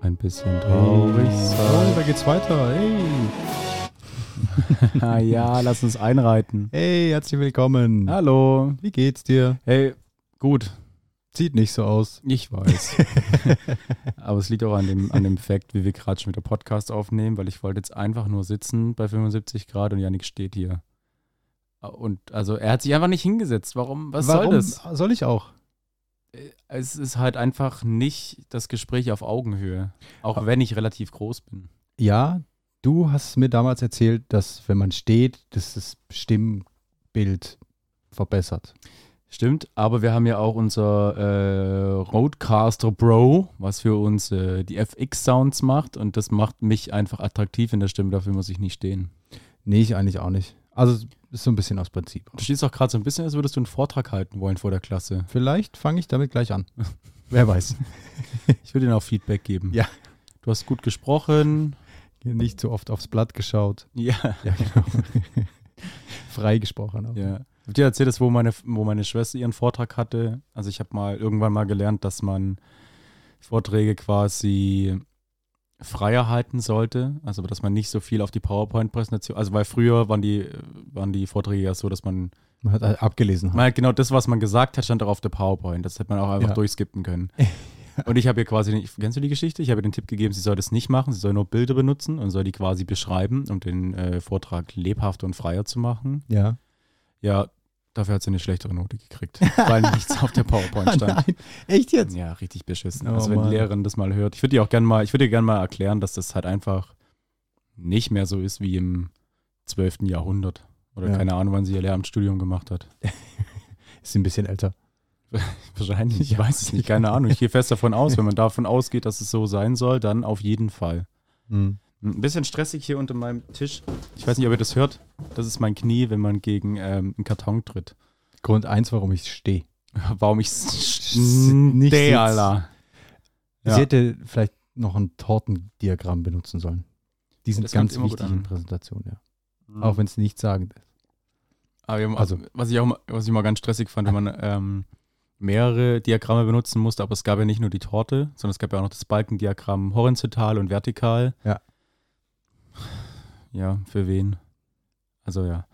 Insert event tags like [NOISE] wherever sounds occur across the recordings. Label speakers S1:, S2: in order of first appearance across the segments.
S1: Ein bisschen traurig
S2: Oh, [LAUGHS]
S1: sein.
S2: da geht's weiter. Hey,
S1: Ah ja, lass uns einreiten.
S2: hey herzlich willkommen.
S1: Hallo.
S2: Wie geht's dir?
S1: Hey, gut,
S2: Sieht nicht so aus.
S1: ich weiß. Aber es liegt auch an dem, an dem Fakt, wie wir gerade schon wieder Podcast aufnehmen, weil ich wollte jetzt einfach nur sitzen bei 75 Grad und Janik steht hier. Und also er hat sich einfach nicht hingesetzt. Warum? Was
S2: Warum
S1: soll das?
S2: Soll ich auch?
S1: Es ist halt einfach nicht das Gespräch auf Augenhöhe, auch wenn ich relativ groß bin.
S2: Ja, du hast mir damals erzählt, dass wenn man steht, dass das Stimmbild verbessert.
S1: Stimmt, aber wir haben ja auch unser äh, Roadcaster Pro, was für uns äh, die FX-Sounds macht und das macht mich einfach attraktiv in der Stimme, dafür muss ich nicht stehen.
S2: Nee, ich eigentlich auch nicht. Also ist so ein bisschen aus Prinzip.
S1: Du stehst auch gerade so ein bisschen, als würdest du einen Vortrag halten wollen vor der Klasse.
S2: Vielleicht fange ich damit gleich an. Wer weiß.
S1: [LAUGHS] Ich würde dir auch Feedback geben.
S2: Ja.
S1: Du hast gut gesprochen.
S2: Nicht so oft aufs Blatt geschaut.
S1: Ja.
S2: Ja, genau. [LAUGHS] Freigesprochen. auch.
S1: ja. Ich habe dir erzählt, dass wo meine, wo meine Schwester ihren Vortrag hatte. Also ich habe mal irgendwann mal gelernt, dass man Vorträge quasi freier halten sollte, also dass man nicht so viel auf die PowerPoint-Präsentation, also weil früher waren die, waren die Vorträge ja so, dass man,
S2: Man hat halt abgelesen.
S1: man hat genau das, was man gesagt hat, stand auch auf der PowerPoint, das hätte man auch einfach
S2: [LAUGHS] Ja.
S1: durchskippen können. Und ich habe ihr quasi, den, kennst du die Geschichte? Ich habe ihr den Tipp gegeben, sie soll das nicht machen, sie soll nur Bilder benutzen und soll die quasi beschreiben, um den äh, Vortrag lebhafter und freier zu machen.
S2: Ja.
S1: Ja, dafür hat sie eine schlechtere Note gekriegt,
S2: [LAUGHS]
S1: weil nichts auf der PowerPoint stand.
S2: Nein. Echt jetzt?
S1: Ja, richtig beschissen.
S2: Oh,
S1: also wenn
S2: Mann.
S1: die Lehrerin das mal hört, ich würde dir auch gerne mal, ich würde dir gerne mal erklären, dass das halt einfach nicht mehr so ist wie im 12. Jahrhundert. Oder
S2: Ja.
S1: keine Ahnung, wann sie ihr Lehramtsstudium gemacht hat.
S2: Ist ein bisschen älter.
S1: Wahrscheinlich, ich weiß es nicht, keine Ahnung. Ich gehe fest davon
S2: [LAUGHS]
S1: aus, wenn man davon ausgeht, dass es so sein soll, dann auf jeden Fall. Ein bisschen stressig hier unter meinem Tisch. Ich weiß nicht, ob ihr das hört. Das ist mein Knie, wenn man gegen ähm, einen Karton tritt.
S2: Grund eins, warum ich stehe.
S1: Warum ich s-
S2: Nicht
S1: Steh,
S2: sitz.
S1: Alter. Ja.
S2: Sie hätte vielleicht noch ein Tortendiagramm benutzen sollen. Die sind
S1: Das kommt
S2: ganz
S1: immer gut
S2: wichtig
S1: an. Mhm.
S2: in Präsentationen, ja. Auch wenn es nicht sagen ist.
S1: Aber wir haben, also,
S2: Also-
S1: was ich auch mal, was ich mal ganz stressig fand, wenn man ähm, mehrere Diagramme benutzen musste, aber es gab ja nicht nur die Torte, sondern es gab ja auch noch das Balkendiagramm horizontal und vertikal.
S2: Ja.
S1: Ja, für wen? Also ja.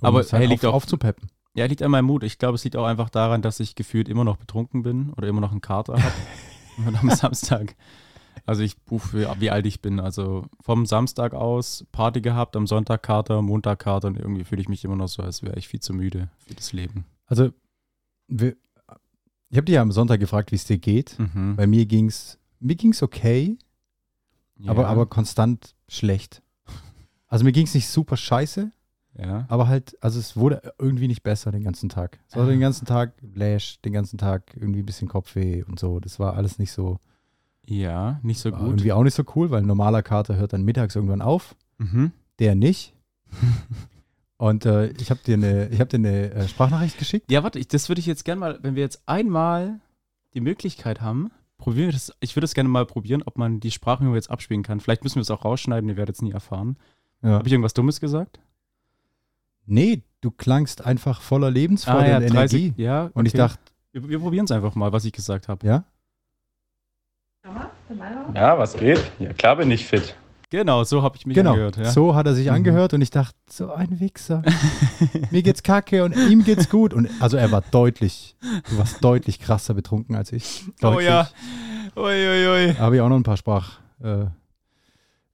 S2: Um
S1: Aber,
S2: es halt
S1: hey, liegt
S2: auf,
S1: auch-
S2: aufzupeppen.
S1: Ja, liegt an meinem Mut. Ich glaube, es liegt auch einfach daran, dass ich gefühlt immer noch betrunken bin oder immer noch einen Kater
S2: [LAUGHS]
S1: habe. Und am Samstag. Also ich buche, wie alt ich bin. Also vom Samstag aus Party gehabt, am Sonntag Kater, Montag Kater und irgendwie fühle ich mich immer noch so, als wäre ich viel zu müde für das Leben.
S2: Also, wir, ich habe dich ja am Sonntag gefragt, wie es dir geht.
S1: Mhm.
S2: Bei mir ging es mir ging's okay,
S1: Ja,
S2: aber, aber konstant schlecht. Also mir ging es nicht super scheiße,
S1: ja.
S2: aber halt, also es wurde irgendwie nicht besser den ganzen Tag. Es war den ganzen Tag Lash, den ganzen Tag irgendwie ein bisschen Kopfweh und so. Das war alles nicht so
S1: ja, nicht so
S2: War
S1: gut.
S2: irgendwie auch nicht so cool, weil ein normaler Kater hört dann mittags irgendwann auf,
S1: Mhm. [LAUGHS]
S2: der nicht. Und äh, ich habe dir eine, ich hab dir eine äh, Sprachnachricht geschickt.
S1: Ja, warte, ich, das würde ich jetzt gerne mal, wenn wir jetzt einmal die Möglichkeit haben, probieren wir das. Ich würde es gerne mal probieren, ob man die Sprachmemo jetzt abspielen kann. Vielleicht müssen wir es auch rausschneiden, ihr werdet es nie erfahren.
S2: Ja.
S1: Habe ich irgendwas Dummes gesagt?
S2: Nee, du klangst einfach voller Lebensfreude und Ah, Energie.
S1: Ah, ja,
S2: Und ich
S1: okay.
S2: dachte,
S1: wir, wir probieren es einfach mal, was ich gesagt habe.
S2: ja,
S1: Ja, was geht? Ja, klar bin ich fit. Genau, so habe ich mich
S2: genau.
S1: angehört. Ja.
S2: So hat er sich
S1: Mhm.
S2: angehört und ich dachte, so
S1: [LAUGHS]
S2: ein Wichser. Mir geht's kacke und ihm geht's gut. Und also er war deutlich, du warst deutlich krasser betrunken als ich.
S1: oh
S2: Deutlich.
S1: ja. Uiuiui.
S2: Habe ich auch noch ein paar Sprach. Äh,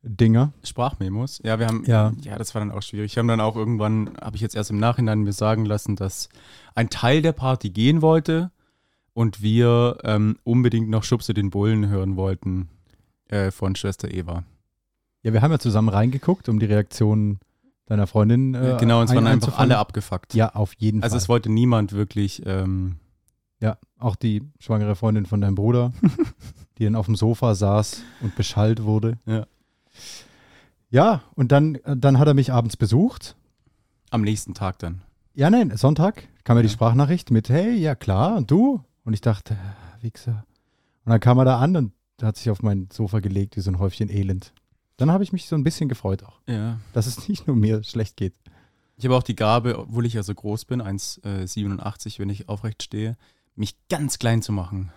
S2: Dinger.
S1: Sprachmemos. Ja, wir haben,
S2: Ja.
S1: das war dann auch schwierig. Wir haben dann auch irgendwann, habe ich jetzt erst im Nachhinein mir sagen lassen, dass ein Teil der Party gehen wollte und wir ähm, unbedingt noch Schubse den Bullen hören wollten äh, von Schwester Eva.
S2: Ja, wir haben ja zusammen reingeguckt, um die Reaktion deiner Freundin äh,
S1: genau, uns
S2: ein-
S1: waren einfach
S2: einzufangen.
S1: alle abgefuckt.
S2: Ja, auf jeden
S1: also
S2: Fall.
S1: es wollte niemand wirklich, ähm,
S2: ja, auch die schwangere Freundin von deinem
S1: [LAUGHS]
S2: Bruder, die dann auf dem Sofa saß und beschallt wurde.
S1: Ja.
S2: Ja, und dann, äh, dann hat er mich abends besucht.
S1: am nächsten Tag dann.
S2: Ja, nein, Sonntag kam ja die
S1: Ja.
S2: Sprachnachricht mit, hey, ja klar, und du? Und ich dachte, äh, Wichser. Und dann kam er da an und hat sich auf mein Sofa gelegt, wie so ein Häufchen Elend. Dann habe ich mich so ein bisschen gefreut auch,
S1: Ja.
S2: dass es [LAUGHS] nicht nur mir schlecht geht.
S1: Ich habe auch die Gabe, obwohl ich ja so groß bin, äh, 1,87, wenn ich aufrecht stehe, mich ganz klein zu machen.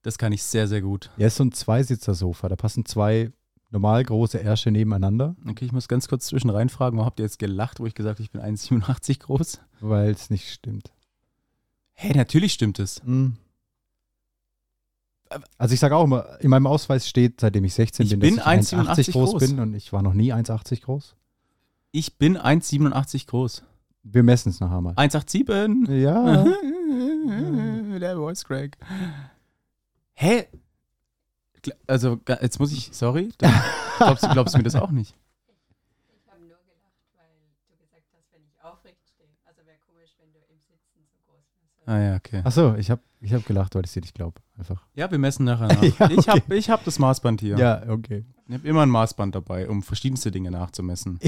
S1: Das kann ich sehr, sehr gut.
S2: Ja, ist so ein Zweisitzer-Sofa. Da passen zwei normal große Ärsche nebeneinander,
S1: Okay, ich muss ganz kurz zwischenrein fragen, warum habt ihr jetzt gelacht, wo ich gesagt habe, ich bin 1,87 groß?
S2: weil es nicht stimmt.
S1: Hey, natürlich stimmt es.
S2: Also ich sage auch immer, in meinem Ausweis steht, seitdem ich 16
S1: Ich
S2: bin,
S1: bin
S2: dass ich 1,80 groß,
S1: groß.
S2: bin und ich war noch nie 1,80 groß.
S1: Ich bin 1,87 groß.
S2: Wir messen es nachher mal.
S1: 187.
S2: Ja,
S1: Der Voice Crack. Mhm. Hä? Gla- Also, ga- jetzt muss ich, sorry, da- glaubst, du- glaubst du mir das auch nicht?
S3: Ich habe nur gelacht, weil du gesagt hast, wenn ich aufrecht stehe. Also wäre komisch, wenn du im Sitzen so groß wärst.
S1: Ah ja, okay.
S2: [LAUGHS] ach so, ich habe ich hab gelacht, weil ich dir nicht glaube. Einfach.
S1: Ja, wir messen [LAUGHS] nachher nach.
S2: Ja,
S1: Ich
S2: okay.
S1: habe ich hab das Maßband hier.
S2: Ja, okay.
S1: Ich habe immer ein Maßband dabei, um verschiedenste Dinge nachzumessen.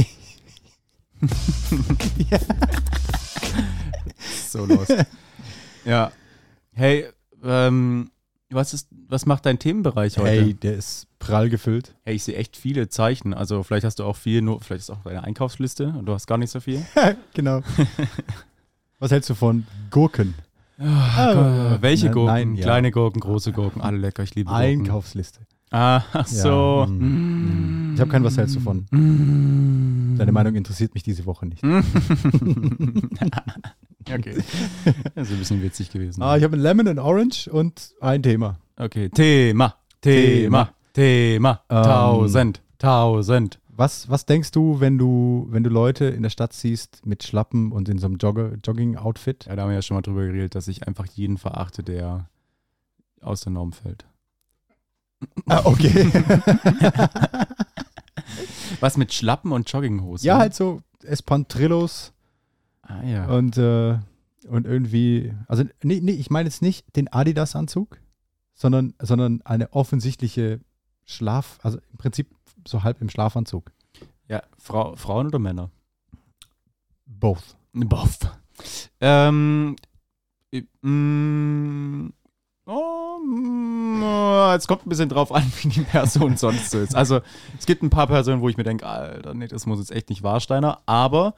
S1: [LAUGHS] so los. Ja. Hey, ähm, was, ist, was macht dein Themenbereich heute?
S2: Hey, der ist prall gefüllt.
S1: Hey, ich sehe echt viele Zeichen. Also vielleicht hast du auch viel, nur vielleicht ist auch deine Einkaufsliste und du hast gar nicht so viel.
S2: genau. [LAUGHS] Was hältst du von Gurken? Ah,
S1: Äh, welche
S2: nein,
S1: Gurken?
S2: nein, ja.
S1: Kleine Gurken, große Gurken, alle lecker, ich liebe Gurken.
S2: Einkaufsliste.
S1: Ah, ach so.
S2: mm, mm. Ich hab keinen, was hältst du von?
S1: Mm. Mhm.
S2: Deine Meinung interessiert mich diese Woche
S1: [LAUGHS]
S2: nicht.
S1: okay. Das ist ein bisschen witzig gewesen.
S2: Ah, ich habe ein Lemon and Orange und ein Thema.
S1: Okay, Thema, Thema, Thema,
S2: Ähm.
S1: tausend, tausend.
S2: Was, was denkst du, wenn du, wenn du Leute in der Stadt siehst mit Schlappen und in so einem Jogger, Jogging-Outfit?
S1: [LAUGHS] Ja, da haben wir ja schon mal drüber geredet, dass ich einfach jeden verachte, der aus der Norm fällt.
S2: Ah,
S1: [LAUGHS]
S2: okay.
S1: Was mit Schlappen und Jogginghosen?
S2: ja, halt so Espantrillos
S1: Ah, ja.
S2: und, äh, und irgendwie. Also, nee, nee, ich meine jetzt nicht den Adidas-Anzug, sondern, sondern eine offensichtliche Schlaf-, also im Prinzip so halb im Schlafanzug.
S1: ja Frau, Frauen oder Männer?
S2: Both.
S1: Boff. Ähm, äh, mm, oh, mm, oh, jetzt kommt ein bisschen drauf an, wie die Person sonst so ist. Also es gibt ein paar Personen, wo ich mir denke, Alter, nee, das muss jetzt echt nicht Warsteiner. Aber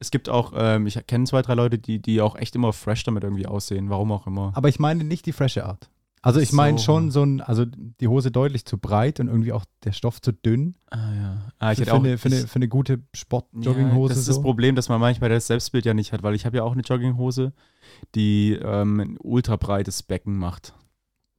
S1: es gibt auch, ähm, ich kenne zwei, drei Leute, die, die auch echt immer fresh damit irgendwie aussehen. Warum auch immer.
S2: Aber ich meine nicht die frische Art. Also ich meine
S1: So.
S2: schon so ein, also die Hose deutlich zu breit und irgendwie auch der Stoff zu dünn.
S1: Ah ja. Ah, ich
S2: für,
S1: hätte auch...
S2: eine, für, eine,
S1: ich-
S2: für eine gute
S1: Ja,
S2: Sport-Jogginghose.
S1: das ist
S2: so.
S1: das Problem, dass man manchmal das Selbstbild ja nicht hat, weil ich habe ja auch eine Jogginghose, die ähm, ein ultra breites Becken macht.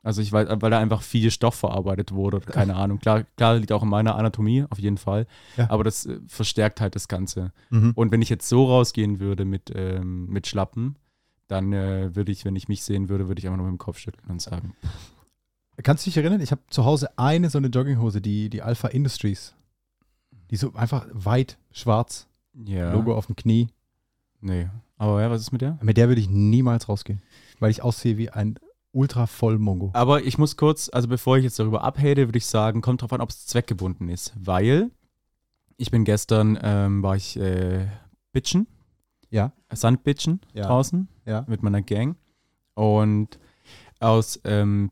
S1: Also ich weiß, weil da einfach viel Stoff verarbeitet wurde, oder keine Ahnung. Klar, klar liegt auch in meiner Anatomie, auf jeden Fall.
S2: Ja.
S1: Aber das äh, verstärkt halt das Ganze.
S2: Mhm.
S1: Und wenn ich jetzt so rausgehen würde mit, ähm, mit Schlappen, dann äh, würde ich, wenn ich mich sehen würde, würde ich einfach nur mit dem Kopf schütteln und sagen,
S2: Kannst du dich erinnern? Ich habe zu Hause eine so eine Jogginghose, die, die Alpha Industries. Die so einfach weit schwarz,
S1: ja,
S2: Logo auf dem Knie.
S1: nee. Aber ja, was ist mit der?
S2: Mit der würde ich niemals rausgehen, weil ich aussehe wie ein ultra voll Mongo.
S1: Aber ich muss kurz, also bevor ich jetzt darüber abhate, würde ich sagen, kommt drauf an, ob es zweckgebunden ist. Weil ich bin gestern, ähm, war ich äh, bitchen.
S2: Ja.
S1: Sandbitchen
S2: Ja.
S1: draußen
S2: Ja.
S1: mit meiner Gang. Und aus ähm,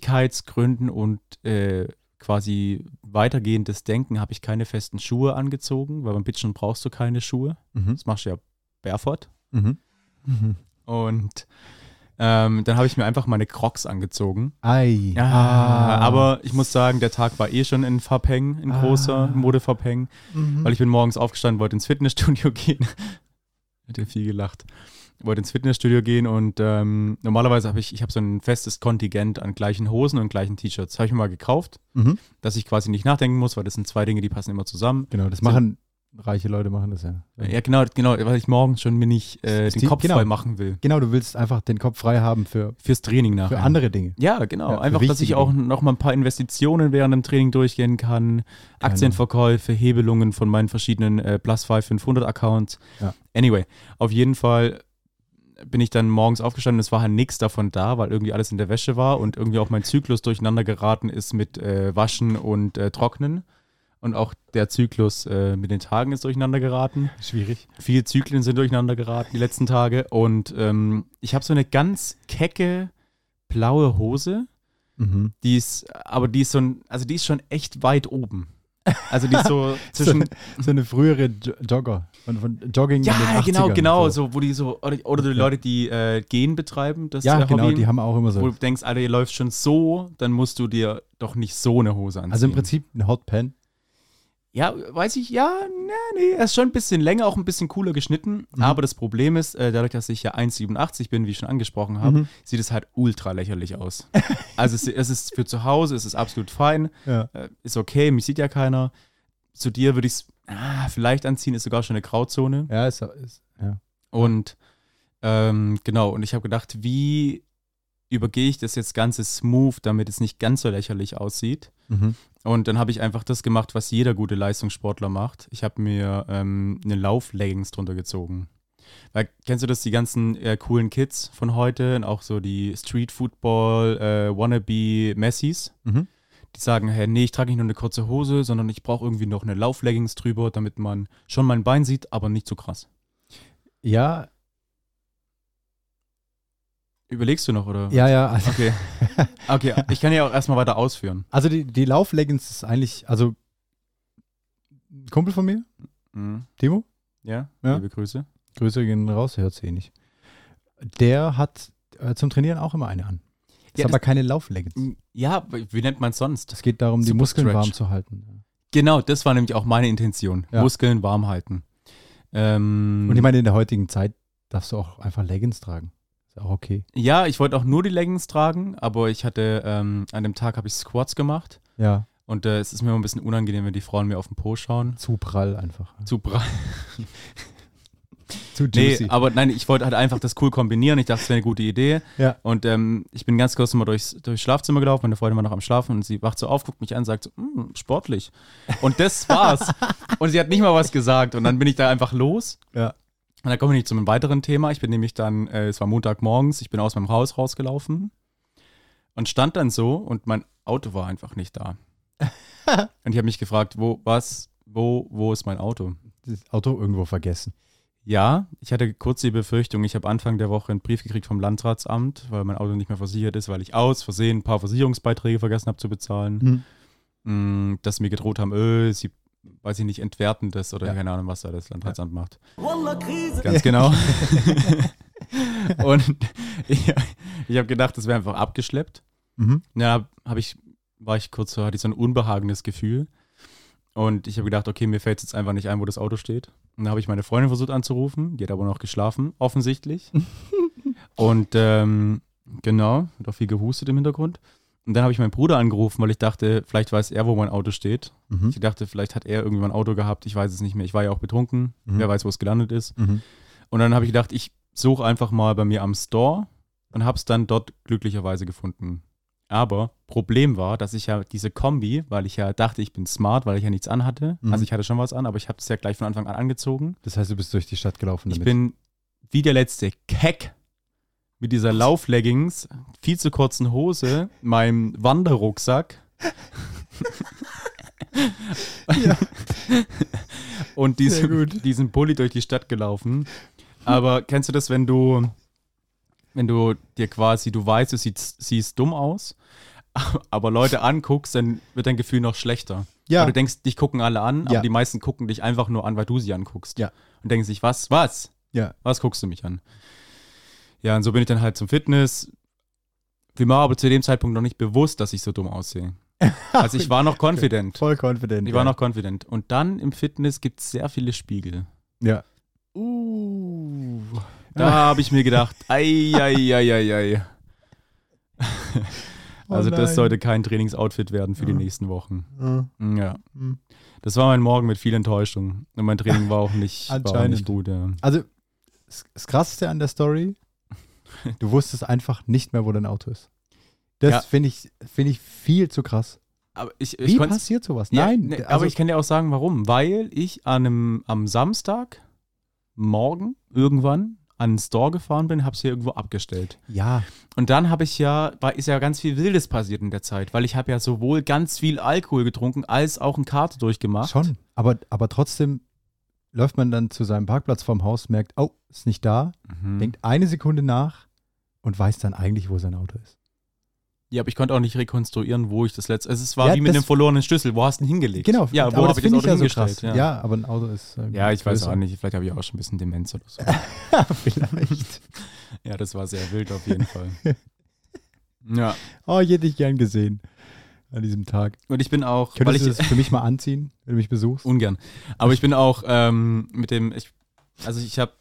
S1: Bequemlichkeitsgründen und äh, quasi weitergehendes Denken habe ich keine festen Schuhe angezogen, weil beim Bitchen brauchst du keine Schuhe.
S2: Mhm.
S1: Das machst du ja barefoot.
S2: Mhm. Mhm.
S1: Und ähm, dann habe ich mir einfach meine Crocs angezogen.
S2: Ei.
S1: Ah, aber ich muss sagen, der Tag war eh schon in Verpeng, in großer
S2: Ah.
S1: Modeverpeng,
S2: Mhm.
S1: weil ich bin morgens aufgestanden, wollte ins Fitnessstudio [LAUGHS] gehen. Hat ja viel gelacht. Wollte ins Fitnessstudio gehen und ähm, normalerweise habe ich, ich habe so ein festes Kontingent an gleichen Hosen und gleichen T-Shirts. Habe ich mir mal gekauft,
S2: mhm.
S1: dass ich quasi nicht nachdenken muss, weil das sind zwei Dinge, die passen immer zusammen.
S2: Genau, das machen reiche Leute machen das ja.
S1: Ja, genau, genau, weil ich morgens schon mir nicht äh, den
S2: Die-
S1: Kopf
S2: genau.
S1: voll machen will.
S2: Genau, du willst einfach den Kopf frei haben für,
S1: Fürs Training nachher.
S2: für andere Dinge.
S1: Ja, genau.
S2: Ja, für
S1: Einfach, dass ich
S2: wichtige
S1: auch noch mal ein paar Investitionen während dem Training durchgehen kann. Aktienverkäufe, Hebelungen von meinen verschiedenen äh, Plus 500 Accounts.
S2: Ja.
S1: Anyway, auf jeden Fall bin ich dann morgens aufgestanden. Es war halt nichts davon da, weil irgendwie alles in der Wäsche war und irgendwie auch mein Zyklus durcheinander geraten ist mit äh, Waschen und äh, Trocknen. Und auch der Zyklus äh, mit den Tagen ist durcheinander geraten.
S2: Schwierig.
S1: Viele Zyklen sind durcheinander geraten die letzten Tage. Und ähm, ich habe so eine ganz kecke blaue Hose.
S2: Mhm.
S1: Die ist, aber die ist so ein, also die ist schon echt weit oben. Also die ist [LAUGHS]
S2: [LAUGHS]
S1: so zwischen.
S2: So eine frühere Jo- Jogger. Von, von Jogging in den
S1: ja,
S2: 80ern
S1: genau,
S2: und
S1: genau.
S2: So.
S1: So, wo die so, oder, oder die
S2: Ja.
S1: Leute, die äh, Gen betreiben, das
S2: Ja,
S1: äh,
S2: genau,
S1: Hobby,
S2: die haben auch immer
S1: wo
S2: so.
S1: du denkst, Alter, ihr läuft schon so, dann musst du dir doch nicht so eine Hose anziehen.
S2: Also im Prinzip ein Hot Pen.
S1: Ja, weiß ich, ja, nee, nee, er ist schon ein bisschen länger, auch ein bisschen cooler geschnitten.
S2: Mhm.
S1: Aber das Problem ist, äh, dadurch, dass ich ja 1,87 bin, wie ich schon angesprochen habe,
S2: Mhm.
S1: sieht es halt ultra lächerlich aus. also es, es ist für zu Hause, es ist absolut fein,
S2: Ja.
S1: äh, ist okay, mich sieht ja keiner. Zu dir würde ich es ah, vielleicht anziehen, ist sogar schon eine Grauzone.
S2: Ja, ist, ist ja.
S1: Und ähm, genau, und ich habe gedacht, wie übergehe ich das jetzt Ganze smooth, damit es nicht ganz so lächerlich aussieht.
S2: Mhm.
S1: Und dann habe ich einfach das gemacht, was jeder gute Leistungssportler macht. Ich habe mir ähm, eine Laufleggings drunter gezogen. Weil, kennst du das, die ganzen äh, coolen Kids von heute und auch so die Street Football, äh, Wannabe Messis?
S2: Mhm.
S1: Die sagen, hey, nee, ich trage nicht nur eine kurze Hose, sondern ich brauche irgendwie noch eine Laufleggings drüber, damit man schon mein Bein sieht, aber nicht zu krass.
S2: ja,
S1: Überlegst du noch, oder?
S2: ja, ja. Also, [LAUGHS]
S1: Okay. Okay, ich kann ja auch erstmal weiter ausführen.
S2: also die, die Laufleggings ist eigentlich, also ein Kumpel von mir,
S1: Mhm.
S2: Timo,
S1: Ja?
S2: Ja.
S1: liebe Grüße.
S2: Grüße gehen raus, hört sie eh nicht. Der hat äh, zum Trainieren auch immer eine an. Ist
S1: Ja,
S2: aber keine Laufleggings.
S1: Ja, wie nennt man es sonst?
S2: Es geht darum, die
S1: Super
S2: Muskeln
S1: Stretch.
S2: warm zu halten.
S1: Genau, das war nämlich auch meine Intention.
S2: Ja.
S1: Muskeln warm halten. Ähm,
S2: Und ich meine, in der heutigen Zeit darfst du auch einfach Leggings tragen. Ist auch okay.
S1: ja, ich wollte auch nur die Leggings tragen, aber ich hatte, ähm, an dem Tag habe ich Squats gemacht
S2: Ja,
S1: und äh, es ist mir immer ein bisschen unangenehm, wenn die Frauen mir auf den Po schauen.
S2: zu prall einfach.
S1: Zu breit.
S2: Zu
S1: Nee,
S2: juicy.
S1: aber nein, ich wollte halt einfach das cool kombinieren. Ich dachte, es wäre eine gute Idee.
S2: Ja.
S1: Und ähm, ich bin ganz kurz mal durchs, durchs Schlafzimmer gelaufen. Meine Freundin war noch am Schlafen und sie wacht so auf, guckt mich an, sagt so, "Mm, sportlich. Und das
S2: [LAUGHS]
S1: war's. und sie hat nicht mal was gesagt. Und dann bin ich da einfach los.
S2: Ja.
S1: Und dann kommen wir nicht zu einem weiteren Thema. Ich bin nämlich dann, äh, es war Montagmorgens, ich bin aus meinem Haus rausgelaufen und stand dann so und mein Auto war einfach nicht
S2: [LAUGHS]
S1: da. und ich habe mich gefragt, wo, was, wo, wo ist mein Auto?
S2: das Auto irgendwo vergessen.
S1: Ja, ich hatte kurz die Befürchtung, ich habe Anfang der Woche einen Brief gekriegt vom Landratsamt, weil mein Auto nicht mehr versichert ist, weil ich aus Versehen ein paar Versicherungsbeiträge vergessen habe zu bezahlen.
S2: Mhm.
S1: Mm, Dass sie mir gedroht haben, öh, sie, weiß ich nicht, entwerten das oder
S2: Ja.
S1: keine Ahnung, was da das Landratsamt macht.
S4: والله كريزة
S1: Ganz genau. [LAUGHS] Und [LAUGHS] ich, ich habe gedacht, das wäre einfach abgeschleppt.
S2: Mhm.
S1: Ja, habe ich, war ich kurz, so- hatte ich so ein unbehagendes Gefühl. Und ich habe gedacht, okay, mir fällt es jetzt einfach nicht ein, wo das Auto steht. Und dann habe ich meine Freundin versucht anzurufen, die hat aber noch geschlafen,
S2: [LAUGHS]
S1: offensichtlich. und ähm, genau, hat auch viel gehustet im Hintergrund. Und dann habe ich meinen Bruder angerufen, weil ich dachte, vielleicht weiß er, wo mein Auto steht.
S2: Mhm.
S1: Ich dachte, vielleicht hat er irgendwie mein Auto gehabt, ich weiß es nicht mehr. Ich war ja auch betrunken,
S2: Mhm.
S1: wer weiß, wo es gelandet ist.
S2: Mhm.
S1: Und dann habe ich gedacht, ich suche einfach mal bei mir am Store und habe es dann dort glücklicherweise gefunden. Aber Problem war, dass ich ja diese Kombi, weil ich ja dachte, ich bin smart, weil ich ja nichts anhatte.
S2: Mhm.
S1: Also ich hatte schon was an, aber ich habe es ja gleich von Anfang an angezogen.
S2: Das heißt, du bist durch die Stadt gelaufen
S1: Ich bin wie der letzte Keck mit dieser Laufleggings, viel zu kurzen Hose, meinem Wanderrucksack. [LAUGHS] und
S2: Sehr
S1: diesem,
S2: gut.
S1: diesen Pulli durch die Stadt gelaufen. Aber kennst du das, wenn du, wenn du dir quasi, du weißt, du siehst, siehst dumm aus, [LAUGHS] aber Leute anguckst, dann wird dein Gefühl noch schlechter.
S2: Ja.
S1: Weil du denkst, dich gucken alle an,
S2: Ja.
S1: aber die meisten gucken dich einfach nur an, weil du sie anguckst.
S2: Ja.
S1: Und denken sich, was, was?
S2: Ja.
S1: Was guckst du mich an? Ja, und so bin ich dann halt zum Fitness. Mir war aber zu dem Zeitpunkt noch nicht bewusst, dass ich so dumm
S2: [LAUGHS]
S1: aussehe. Also ich war noch confident.
S2: voll confident.
S1: Ich war noch confident. Und dann im Fitness gibt es sehr viele Spiegel.
S2: [LAUGHS] Ja. Oh
S1: Uh, da habe ich mir gedacht, ei, ei, ei, ei, ei. Also das sollte kein Trainingsoutfit werden für die
S2: Oh Ja.
S1: nächsten Wochen.
S2: Ja.
S1: Ja.
S2: Mhm.
S1: Das war mein Morgen mit viel Enttäuschung. Und mein Training war auch nicht, war auch nicht
S2: Anscheinend.
S1: gut. Ja.
S2: Also, das- das Krasseste an der Story, [LAUGHS] du wusstest einfach nicht mehr, wo dein Auto ist. Das
S1: Ja.
S2: finde ich, finde ich viel zu krass.
S1: Aber ich, ich
S2: Wie
S1: konnte
S2: passiert sowas?
S1: Ja,
S2: Nein,
S1: nee,
S2: also,
S1: aber ich kann dir auch sagen, warum. Weil ich an einem, am Samstag morgen irgendwann an einen Store gefahren bin, habe es hier irgendwo abgestellt.
S2: ja,
S1: Und dann habe ich ja, war, ist ja ganz viel Wildes passiert in der Zeit, weil ich habe ja sowohl ganz viel Alkohol getrunken, als auch einen Kater durchgemacht.
S2: schon. Aber, aber trotzdem läuft man dann zu seinem Parkplatz vorm Haus, merkt, oh, ist nicht da,
S1: Mhm.
S2: denkt eine Sekunde nach und weiß dann eigentlich, wo sein Auto ist.
S1: Ja, aber ich konnte auch nicht rekonstruieren, wo ich das letzte. Also es war
S2: Ja,
S1: wie mit
S2: das-
S1: einem verlorenen Schlüssel. Wo hast du ihn hingelegt?
S2: Genau,
S1: Ja, wo
S2: aber das
S1: habe ich
S2: finde
S1: das
S2: ich ja
S1: Auto
S2: so
S1: hingestellt?
S2: krass. Ja. aber ein Auto ist. äh,
S1: Ja, ich weiß
S2: größer.
S1: auch nicht. Vielleicht habe ich auch schon ein bisschen Demenz oder so.
S2: [LAUGHS] Vielleicht.
S1: ja, das war sehr wild auf jeden Fall.
S2: [LAUGHS]
S1: ja.
S2: Oh, ich hätte ich gern gesehen an diesem Tag.
S1: Und ich bin auch, weil
S2: Könntest
S1: ich
S2: du das für mich mal anziehen, wenn du mich
S1: [LAUGHS]
S2: besuchst?
S1: ungern. Aber ich bin auch ähm, mit dem, ich, also ich habe,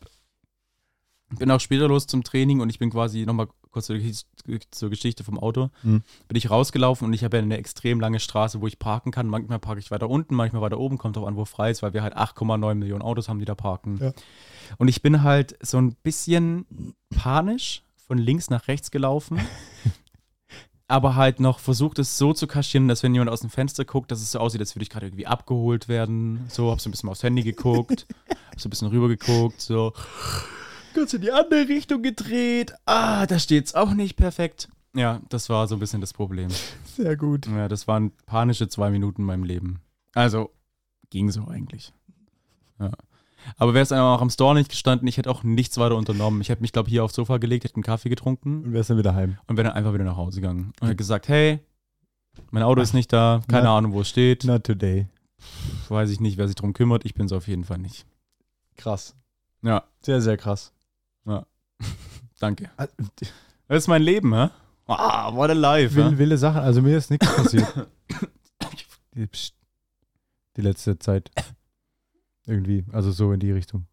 S1: bin auch später los zum Training und ich bin quasi nochmal kurz zur, Gesch- zur Geschichte vom Auto,
S2: Mhm.
S1: bin ich rausgelaufen und ich habe ja eine extrem lange Straße, wo ich parken kann. Manchmal parke ich weiter unten, manchmal weiter oben, kommt drauf an, wo frei ist, weil wir halt 8,9 Millionen Autos haben, die da parken.
S2: Ja.
S1: Und ich bin halt so ein bisschen panisch von links nach rechts gelaufen. aber halt noch versucht es so zu kaschieren, dass wenn jemand aus dem Fenster guckt, dass es so aussieht, als würde ich gerade irgendwie abgeholt werden. So, hab so ein bisschen aufs Handy geguckt, hab so ein bisschen rüber geguckt, so kurz in die andere Richtung gedreht. Ah, da steht's auch nicht perfekt. Ja, das war so ein bisschen das Problem.
S2: Sehr gut.
S1: Ja, das waren panische zwei Minuten in meinem Leben. Also, ging so eigentlich. Ja. Aber wäre es einfach auch am Store nicht gestanden, ich hätte auch nichts weiter unternommen. Ich hätte mich, glaube ich, hier aufs Sofa gelegt, hätte einen Kaffee getrunken
S2: Und wärst dann wieder heim.
S1: und bin dann einfach wieder nach Hause gegangen und hat gesagt, hey, mein Auto ist nicht da, keine
S2: Na-
S1: Ahnung, wo es steht,
S2: Not today.
S1: weiß ich nicht, wer sich drum kümmert, ich bin es auf jeden Fall nicht.
S2: Krass.
S1: Ja.
S2: Sehr, sehr krass.
S1: Danke.
S2: Ah,
S1: Das ist mein Leben, hä? Ah, what a life,
S2: Wilde,
S1: hä?
S2: wilde Sachen. Also mir
S1: [COUGHS]
S2: ist nichts passiert. die, pst, die letzte Zeit. Irgendwie. Also so in die Richtung.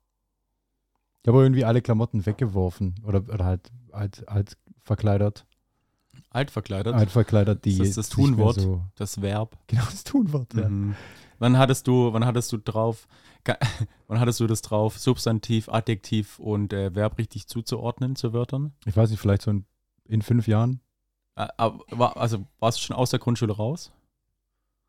S2: Ich habe irgendwie alle Klamotten weggeworfen. Oder, oder halt, halt, halt verkleidert.
S1: Alt verkleidet,
S2: Halt verkleidert, die.
S1: Ist das das
S2: jetzt nicht mehr
S1: Tunwort?
S2: So,
S1: das Verb.
S2: genau, das Tunwort, ja.
S1: Mhm. Wann hattest du, wann hattest du drauf, ka- [LAUGHS] wann hattest du das drauf, Substantiv, Adjektiv und äh, Verb richtig zuzuordnen zu Wörtern?
S2: Ich weiß nicht, vielleicht so in, in fünf Jahren.
S1: Äh, aber war- Also warst du schon aus der Grundschule raus?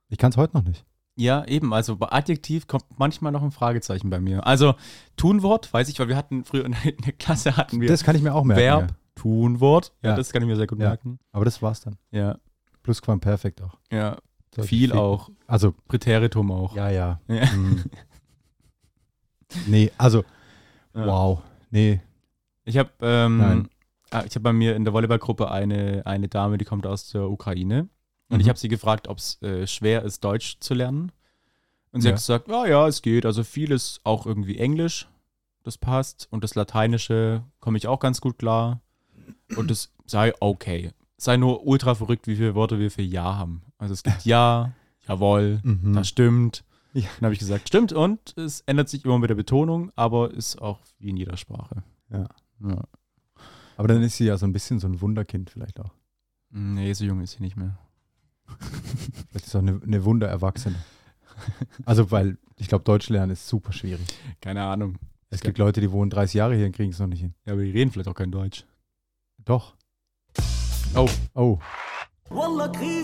S2: Ich kann es heute noch nicht.
S1: Ja, eben. Also bei Adjektiv kommt manchmal noch ein Fragezeichen bei mir. Also Tunwort, weiß ich, weil wir hatten früher in der in der Klasse hatten wir
S2: Das kann ich mir auch merken.
S1: Verb,
S2: Ja.
S1: Tunwort. Ja,
S2: Ja.
S1: das kann ich mir sehr gut
S2: Ja.
S1: merken.
S2: Aber das war's dann.
S1: Ja,
S2: Plusquamperfekt auch.
S1: ja.
S2: Sollte
S1: Viel auch.
S2: Also,
S1: Präteritum auch.
S2: ja, ja.
S1: Ja.
S2: Hm. nee, also,
S1: Ja.
S2: wow. Nee,
S1: Ich habe ähm,
S2: Nein.
S1: ah, ich habe bei mir in der Volleyballgruppe eine, eine Dame, die kommt aus der Ukraine. Und ich
S2: Mhm.
S1: habe sie gefragt, ob es äh, schwer ist, Deutsch zu lernen. Und sie
S2: Ja.
S1: hat gesagt, ja, ja, es geht. Also vieles auch irgendwie Englisch, das passt. Und das Lateinische komme ich auch ganz gut klar. Und das sei okay. Sei nur ultra verrückt, wie viele Worte wir für Ja haben. Also es
S2: [LAUGHS]
S1: gibt Ja, jawohl,
S2: Mhm.
S1: das stimmt.
S2: Ja.
S1: Dann habe ich gesagt, stimmt. Und es ändert sich immer mit der Betonung, aber ist auch wie in jeder Sprache.
S2: Ja.
S1: ja.
S2: Aber dann ist sie ja so ein bisschen so ein Wunderkind vielleicht auch.
S1: Nee, so jung ist sie nicht mehr.
S2: Vielleicht ist sie auch eine, eine Wundererwachsene. Also, weil ich glaube, Deutsch lernen ist super schwierig.
S1: Keine Ahnung.
S2: Es gibt Leute, die wohnen 30 Jahre hier und kriegen es noch nicht hin.
S1: Ja, aber die reden vielleicht auch kein Deutsch.
S2: Doch.
S1: Oh.
S2: Oh.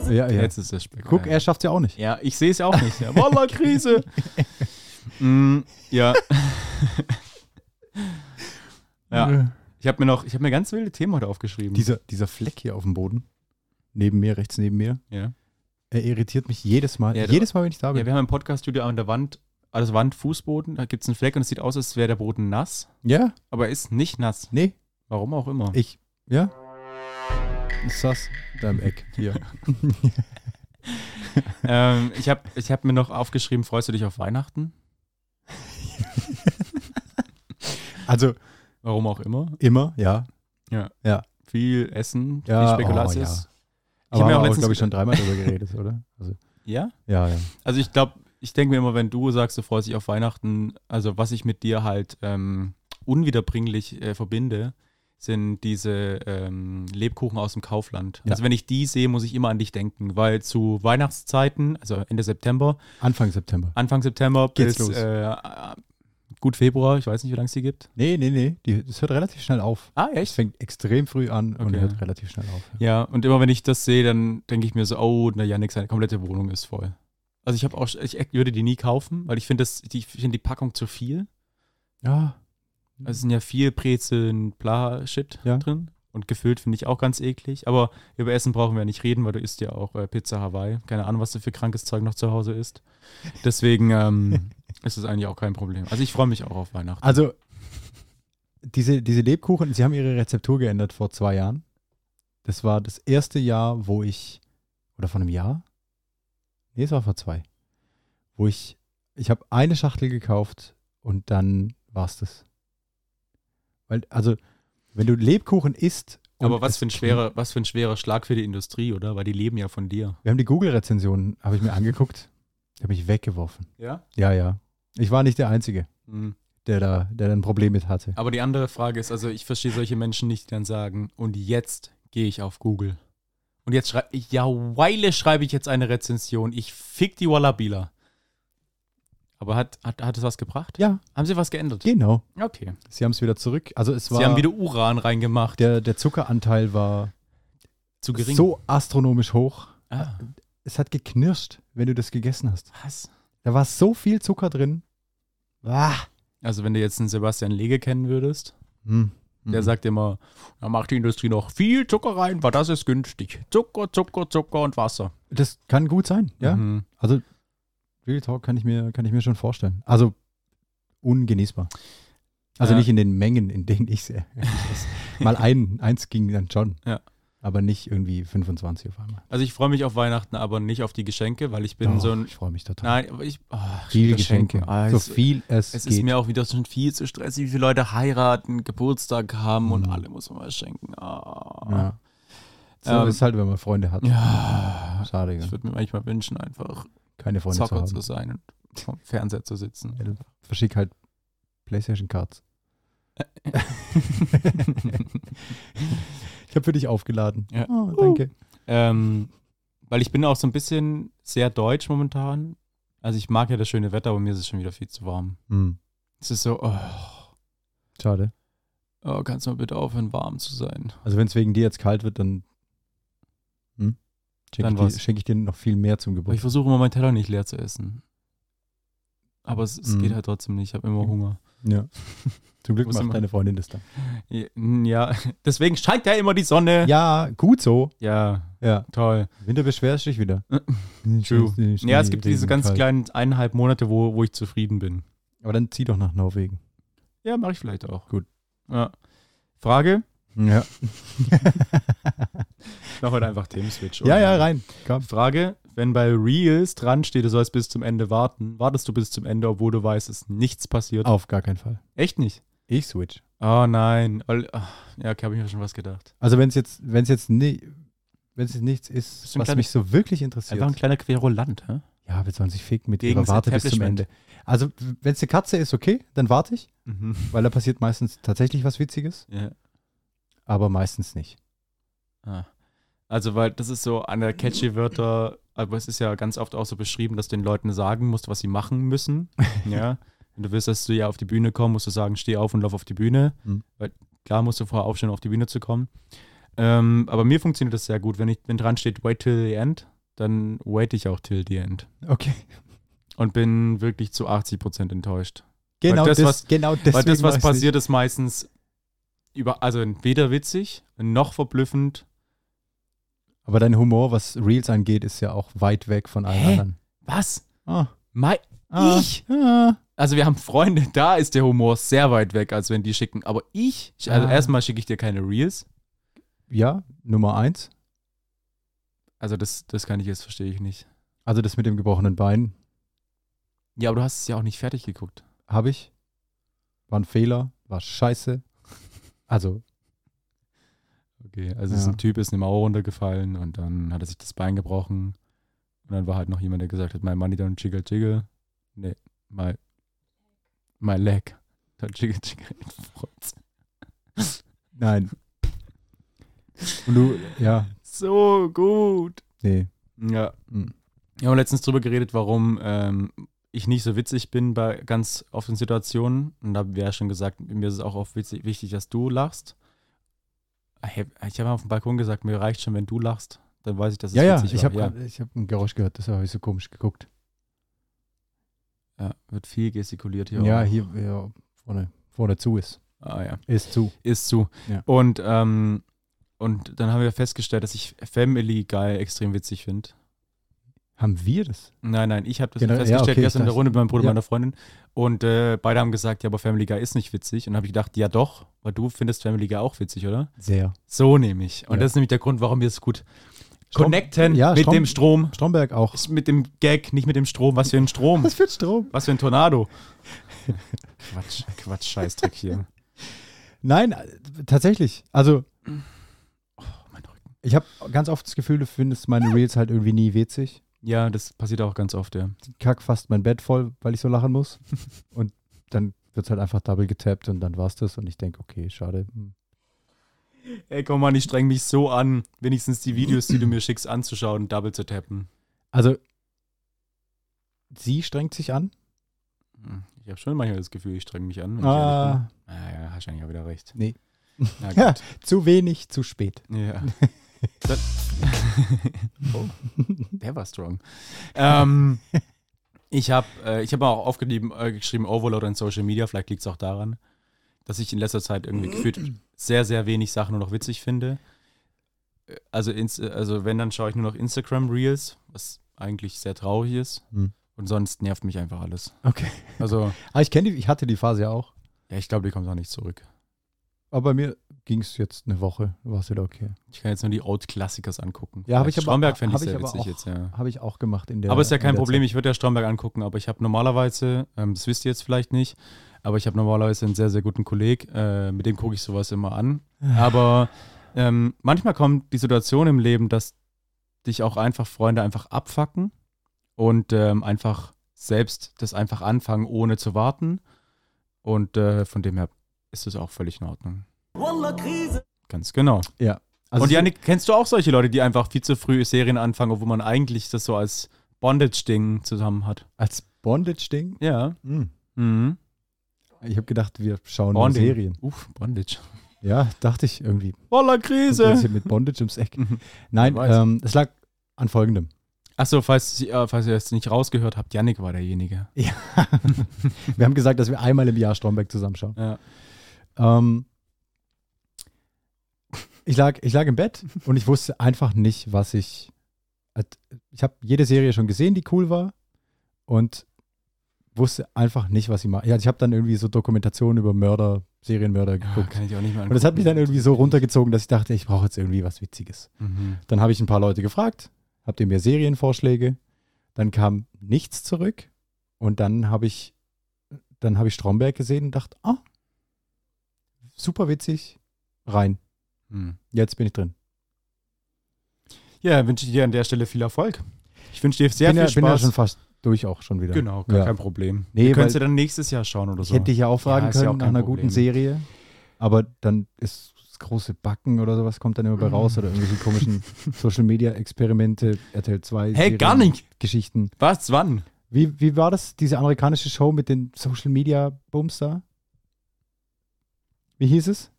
S2: Ja, ja.
S1: Jetzt ist das Speck.
S2: Guck, er schafft es ja auch nicht.
S1: Ja, ich sehe es ja auch nicht. Ja. [LAUGHS] Wallah, Krise. mm, ja. ja. Ich habe mir noch, ich habe mir ganz wilde Themen heute aufgeschrieben.
S2: Äh. Dieser, dieser Fleck hier auf dem Boden, neben mir, rechts neben mir,
S1: ja.
S2: er irritiert mich jedes Mal.
S1: Ja, der-
S2: jedes Mal, wenn ich da
S1: ja,
S2: bin.
S1: wir haben im Podcast-Studio an der Wand, also Wandfußboden, da gibt es einen Fleck und es sieht aus, als wäre der Boden nass.
S2: ja?
S1: Aber er ist nicht nass.
S2: Nee,
S1: Warum auch immer.
S2: ich, ja? Ich saß da im Eck. Hier.
S1: ähm, ich habe ich hab mir noch aufgeschrieben, freust du dich auf Weihnachten?
S2: Also
S1: Warum auch immer.
S2: immer, ja.
S1: Viel Essen,
S2: Ja,
S1: viel Spekulatius.
S2: oh, ja.
S1: hab mir
S2: Aber ich
S1: auch
S2: haben wir auch,
S1: letztens-
S2: glaube ich, schon dreimal darüber
S1: [LAUGHS]
S2: geredet, oder? Also,
S1: ja?
S2: ja, ja.
S1: Also ich glaube, ich denke mir immer, wenn du sagst, du freust dich auf Weihnachten, also was ich mit dir halt ähm, unwiederbringlich äh, verbinde, sind diese ähm, Lebkuchen aus dem Kaufland.
S2: Ja.
S1: Also wenn ich die sehe, muss ich immer an dich denken, weil zu Weihnachtszeiten, also Ende September,
S2: Anfang September.
S1: Anfang September
S2: Geht's
S1: bis
S2: los.
S1: äh, gut Februar, ich weiß nicht, wie lange es die gibt.
S2: Nee, nee, nee. Die, das hört relativ schnell auf.
S1: Ah,
S2: Es fängt extrem früh an und
S1: Okay.
S2: hört relativ schnell auf.
S1: Ja, und immer wenn ich das sehe, dann denke ich mir so, oh, na Janik, seine komplette Wohnung ist voll. Also ich habe auch, ich würde die nie kaufen, weil ich finde das, die- ich finde die Packung zu viel.
S2: Ja.
S1: Also es sind ja viel Brezeln, bla Shit
S2: Ja.
S1: drin. Und gefüllt finde ich auch ganz eklig. Aber über Essen brauchen wir ja nicht reden, weil du isst ja auch äh, Pizza Hawaii. Keine Ahnung, was du für krankes Zeug noch zu Hause isst. Deswegen
S2: [LAUGHS]
S1: ähm, ist es eigentlich auch kein Problem. Also ich freue mich auch auf Weihnachten.
S2: Also, diese, diese Lebkuchen, sie haben ihre Rezeptur geändert vor zwei Jahren. das war das erste Jahr, wo ich, oder vor einem Jahr? Nee, es war vor zwei. Wo ich, ich habe eine Schachtel gekauft und dann war es das. Weil, also, wenn du Lebkuchen isst. und
S1: Aber was
S2: es
S1: für, ein
S2: klingt-
S1: schwerer, was für ein schwerer Schlag für die Industrie, oder? Weil die leben ja von dir.
S2: Wir haben die Google-Rezensionen, habe ich mir angeguckt. Ich habe mich weggeworfen.
S1: Ja?
S2: Ja, ja. Ich war nicht der Einzige,
S1: Mhm.
S2: der da, der da ein Problem mit hatte.
S1: Aber die andere Frage ist, also ich verstehe solche Menschen nicht, die dann sagen, und jetzt gehe ich auf Google. Und jetzt schreibe ich, ja, Weile schreibe ich jetzt eine Rezension. Ich fick die Wallabila. Aber hat, hat, hat es was gebracht?
S2: Ja,
S1: Haben sie was geändert?
S2: genau.
S1: Okay.
S2: Sie haben es wieder zurück. Also es war,
S1: Sie haben wieder Uran reingemacht.
S2: der, der Zuckeranteil war
S1: zu gering.
S2: so astronomisch hoch.
S1: Ah,
S2: Es hat geknirscht, wenn du das gegessen hast.
S1: was?
S2: Da war so viel Zucker drin. Ah.
S1: Also wenn du jetzt einen Sebastian Lege kennen würdest,
S2: Hm.
S1: der
S2: Mhm.
S1: sagt immer, da macht die Industrie noch viel Zucker rein, weil das ist günstig. Zucker, Zucker, Zucker und Wasser.
S2: Das kann gut sein, ja.
S1: Mhm.
S2: Also Real Talk kann ich mir, kann ich mir schon vorstellen. Also ungenießbar. Also
S1: Ja.
S2: nicht in den Mengen, in denen
S1: [LAUGHS]
S2: ich sehe. Mal ein, eins ging dann schon.
S1: Ja.
S2: Aber nicht irgendwie 25 auf einmal.
S1: Also ich freue mich auf Weihnachten, aber nicht auf die Geschenke, weil ich bin
S2: Doch,
S1: so ein
S2: ich freue mich total.
S1: Nein, aber ich. ach,
S2: Viel Geschenke.
S1: Ah,
S2: so
S1: es
S2: viel es,
S1: es
S2: geht.
S1: ist mir auch wieder schon viel zu stressig, wie viele Leute heiraten, Geburtstag haben und alle muss man was schenken. Ah.
S2: Mhm. ja. So
S1: Ähm,
S2: ist halt, wenn man Freunde hat.
S1: Ja.
S2: Schade, ja.
S1: Ich würde mir manchmal wünschen, einfach
S2: keine Freunde zu
S1: Zocker zu
S2: haben.
S1: sein und vom Fernseher zu sitzen.
S2: Ja, Verschick halt
S1: [LAUGHS]
S2: Playstation-Cards. ich habe für dich aufgeladen.
S1: Ja.
S2: Oh, danke.
S1: Ähm, weil ich bin auch so ein bisschen sehr deutsch momentan. Also ich mag ja das schöne Wetter, aber mir ist es schon wieder viel zu warm.
S2: Hm.
S1: Es ist so, oh,
S2: Schade.
S1: oh kannst du mal bitte aufhören, warm zu sein.
S2: Also wenn es wegen dir jetzt kalt wird, dann hm? schenke
S1: Dann
S2: ich, dir-
S1: was?
S2: schenk ich dir noch viel mehr zum
S1: Aber ich
S2: Geburtstag.
S1: versuche immer, meinen Teller nicht leer zu essen. Aber es, es
S2: Mhm.
S1: geht halt trotzdem nicht. Ich habe immer Hunger.
S2: Ja. Zum Glück
S1: Muss
S2: macht
S1: immer-
S2: deine Freundin das
S1: [LAUGHS]
S2: dann.
S1: Ja, [LAUGHS] deswegen scheint ja immer die Sonne.
S2: Ja, gut so.
S1: Ja,
S2: Ja.
S1: toll.
S2: Winter beschwerst dich wieder.
S1: [LAUGHS] True.
S2: Schnee, Schnee,
S1: Ja, es gibt
S2: Regen,
S1: diese ganz
S2: kalt.
S1: kleinen eineinhalb Monate, wo, wo ich zufrieden bin.
S2: Aber dann zieh doch nach Norwegen.
S1: Ja, mache ich vielleicht auch.
S2: Gut.
S1: Ja. Frage?
S2: Ja.
S1: Mach heute einfach Themenswitch.
S2: ja, ja, rein. Komm.
S1: Frage, wenn bei Reels dran steht, du sollst bis zum Ende warten, wartest du bis zum Ende, obwohl du weißt, es nichts passiert?
S2: Auf gar keinen Fall.
S1: Echt nicht?
S2: Ich switch.
S1: Oh nein. Ol- ach, Ja, okay, habe ich mir schon was gedacht.
S2: Also wenn es jetzt, wenn es jetzt nicht, wenn es jetzt nichts ist,
S1: Bist du ein
S2: was
S1: kleiner-
S2: mich so wirklich interessiert.
S1: Einfach ein kleiner Querulant, hä?
S2: ja, aber jetzt sollen sich ficken mit
S1: Gegen
S2: ihrer
S1: das
S2: Warte bis zum
S1: Establishment.
S2: Ende. Also wenn es eine Katze ist, okay, dann warte ich,
S1: Mhm.
S2: weil da passiert meistens tatsächlich was Witziges.
S1: Ja.
S2: aber meistens nicht.
S1: Ah. Also, weil das ist so einer der catchy Wörter, aber es ist ja ganz oft auch so beschrieben, dass du den Leuten sagen musst, was sie machen
S2: [LAUGHS]
S1: müssen. ja. Wenn du willst, dass du ja auf die Bühne kommst, musst du sagen, steh auf und lauf auf die Bühne.
S2: Hm.
S1: Weil klar musst du vorher aufstehen, um auf die Bühne zu kommen. Ähm, aber mir funktioniert das sehr gut. Wenn, ich, wenn dran steht, wait till the end, dann wait ich auch till the end.
S2: Okay.
S1: Und bin wirklich zu 80 Prozent enttäuscht.
S2: Genau
S1: das,
S2: das,
S1: was-
S2: genau
S1: Weil das, was
S2: deswegen weiß ich-
S1: passiert, ist meistens über, also weder witzig, noch verblüffend,
S2: Aber dein Humor, was Reels angeht, ist ja auch weit weg von allen
S1: Hä?
S2: anderen.
S1: Was?
S2: Ah,
S1: Mei Ich?
S2: Ah.
S1: Also wir haben Freunde, [LAUGHS] da ist der Humor sehr weit weg, als wenn die schicken. Aber ich, also
S2: Ah.
S1: erstmal schicke ich dir keine Reels.
S2: Ja, Nummer eins.
S1: Also das, das kann ich jetzt, verstehe ich nicht.
S2: Also das mit dem gebrochenen Bein
S1: Ja, aber du hast es ja auch nicht fertig geguckt.
S2: habe ich. War ein Fehler, war scheiße. Also,
S1: Okay, also
S2: Ja.
S1: es ist ein Typ, ist eine Mauer runtergefallen und dann hat er sich das Bein gebrochen. Und dann war halt noch jemand, der gesagt hat, my money don't jiggle jiggle. Nee, my, my leg don't jiggle [LAUGHS] jiggle.
S2: nein. Und du, ja,
S1: So gut.
S2: nee.
S1: Ja.
S2: Mhm.
S1: Wir haben letztens drüber geredet, warum ähm, ich nicht so witzig bin bei ganz offenen Situationen. Und da wäre schon gesagt, mir ist es auch oft witzig, wichtig, dass du lachst. Ah, Ich habe hab auf dem Balkon gesagt, mir reicht schon, wenn du lachst. Dann weiß ich, dass es
S2: Ja, ja,
S1: witzig
S2: ich
S1: war.
S2: habe hab ein Geräusch gehört, deshalb habe ich so komisch geguckt.
S1: ja. ja, wird viel gestikuliert hier.
S2: Ja,
S1: auch.
S2: hier, ja, vorne, vorne zu ist.
S1: Ah, ja.
S2: Ist zu.
S1: Ist zu.
S2: Ja.
S1: Und, ähm, und dann haben wir festgestellt, dass ich Family Guy extrem witzig finde.
S2: Haben wir das?
S1: Nein, nein, ich habe das
S2: Genau, ja,
S1: festgestellt
S2: okay, ich
S1: gestern in der
S2: dachte-
S1: Runde mit meinem Bruder und
S2: ja.
S1: meiner Freundin. Und äh, beide haben gesagt, ja, aber Family Guy ist nicht witzig. Und habe ich gedacht, ja doch, weil du findest Family Guy auch witzig, oder?
S2: Sehr.
S1: So nehme ich. Und
S2: Ja.
S1: das ist nämlich der Grund, warum wir es gut
S2: Strom-
S1: connecten
S2: Ja,
S1: mit
S2: Strom-
S1: dem Strom.
S2: Stromberg auch.
S1: Ist Mit dem Gag, nicht mit dem Strom. Was für ein Strom.
S2: für ein Strom?
S1: Was für ein Tornado.
S2: [LAUGHS]
S1: Quatsch, Quatsch, Scheißdreck hier.
S2: Nein, äh, tatsächlich. Also,
S1: Oh, mein Rücken.
S2: ich habe ganz oft das Gefühl, du findest meine Reels halt irgendwie nie witzig.
S1: Ja, das passiert auch ganz oft, ja.
S2: Kack fast mein Bett voll, weil ich so
S1: [LAUGHS]
S2: lachen muss. Und dann wird es halt einfach double getappt und dann war's das. Und ich denke, okay, schade. Hm.
S1: Ey, komm mal, ich streng mich so an, wenigstens die Videos, die du mir schickst, anzuschauen und double zu tappen.
S2: Also, sie strengt sich an.
S1: Hm. Ich habe schon manchmal das Gefühl, ich streng mich an. wenn ich ehrlich bin.
S2: Ah,
S1: Ah, ja, hast eigentlich auch wieder recht.
S2: Nee.
S1: Na
S2: [LAUGHS] Ja.
S1: gut.
S2: zu wenig, zu
S1: [LAUGHS]
S2: spät.
S1: ja. Dann- oh, der war strong. Ähm, ich habe äh, ich hab auch aufgeschrieben, äh, geschrieben Overload in Social Media. Vielleicht liegt es auch daran, dass ich in letzter Zeit irgendwie gefühlt sehr, sehr wenig Sachen nur noch witzig finde. Äh, Also, ins, also wenn, dann schaue ich nur noch Instagram Reels, was eigentlich sehr traurig ist.
S2: Hm.
S1: Und sonst nervt mich einfach alles.
S2: Okay.
S1: Also,
S2: Aber Ah, ich kenne die, ich hatte die Phase ja auch.
S1: ja, ich glaube, die kommt auch nicht zurück.
S2: Aber bei mir ging es jetzt eine Woche, war es wieder okay.
S1: Ich kann jetzt nur die Old Classicers angucken.
S2: Ja, hab ich aber-
S1: Stromberg fände ich
S2: hab ich
S1: sehr
S2: aber
S1: witzig
S2: auch-
S1: jetzt, ja.
S2: Habe ich auch gemacht in der
S1: aber ist ja
S2: in
S1: kein
S2: der
S1: Problem, ich würde ja Stromberg angucken, aber ich habe normalerweise, ähm, das wisst ihr jetzt vielleicht nicht, aber ich habe normalerweise einen sehr, sehr guten Kolleg, äh, mit dem gucke ich sowas immer an. Aber ähm, manchmal kommt die Situation im Leben, dass dich auch einfach Freunde einfach abfacken und ähm, einfach selbst das einfach anfangen, ohne zu warten. Und äh, von dem her ist es auch völlig in Ordnung. Ganz genau.
S2: Zeit. Also
S1: und
S2: es-
S1: Janik, kennst du auch solche Leute, die einfach viel zu früh Serien anfangen, obwohl man eigentlich das so als Bondage-Ding zusammen hat?
S2: als Bondage-Ding.
S1: Ja.
S2: Hm.
S1: Mhm.
S2: Ich habe gedacht, wir schauen nur
S1: Bonding.
S2: Serien.
S1: Uff, Bondage.
S2: Ja, dachte ich irgendwie.
S1: Voller
S2: Kommt jetzt
S1: Krise.
S2: hier mit Bondage
S1: [LAUGHS]
S2: ums Eck.
S1: Mhm.
S2: Nein,
S1: Wer weiß.
S2: ähm, es lag an folgendem.
S1: Achso, falls, Sie- äh, falls ihr es nicht rausgehört habt, Janik war derjenige.
S2: Ja. wir haben gesagt, dass wir einmal im Jahr Stromberg zusammenschauen.
S1: Ja.
S2: Ähm, ich, lag, ich lag im Bett und ich wusste einfach nicht, was ich. äh, Ich habe jede Serie schon gesehen, die cool war und wusste einfach nicht, was ich mache. Ja, also ich habe dann irgendwie so Dokumentationen über Mörder, Serienmörder
S1: ja
S2: geguckt.
S1: kann ich auch nicht mehr
S2: und das hat mich dann
S1: angucken.
S2: irgendwie so runtergezogen, dass ich dachte, ich brauche jetzt irgendwie was Witziges.
S1: Mhm.
S2: Dann habe ich ein paar Leute gefragt, habt ihr mir Serienvorschläge? Dann kam nichts zurück und dann habe ich, dann habe ich Stromberg gesehen und dachte, ah, super witzig, rein.
S1: Mhm.
S2: Jetzt bin ich drin.
S1: Ja, wünsche ich dir an der Stelle viel Erfolg. Ich wünsche dir sehr
S2: bin,
S1: viel
S2: ja,
S1: Spaß.
S2: bin ja schon fast durch auch schon wieder.
S1: Genau, gar
S2: Ja.
S1: kein Problem.
S2: Nee,
S1: Wir können
S2: weil-
S1: sie dann nächstes Jahr schauen oder
S2: Ich
S1: so.
S2: hätte dich ja auch fragen
S1: Ja, ist ja
S2: können
S1: auch
S2: nach
S1: kein
S2: einer
S1: Problem.
S2: guten Serie, aber dann ist das große Backen oder sowas kommt dann immer
S1: [LAUGHS]
S2: bei raus oder irgendwelche komischen Social Media Experimente, RTL 2.
S1: hey, gar nicht.
S2: Geschichten.
S1: Was? Wann?
S2: Wie, wie war das, diese amerikanische Show mit den Social Media Booms da? Wie hieß es?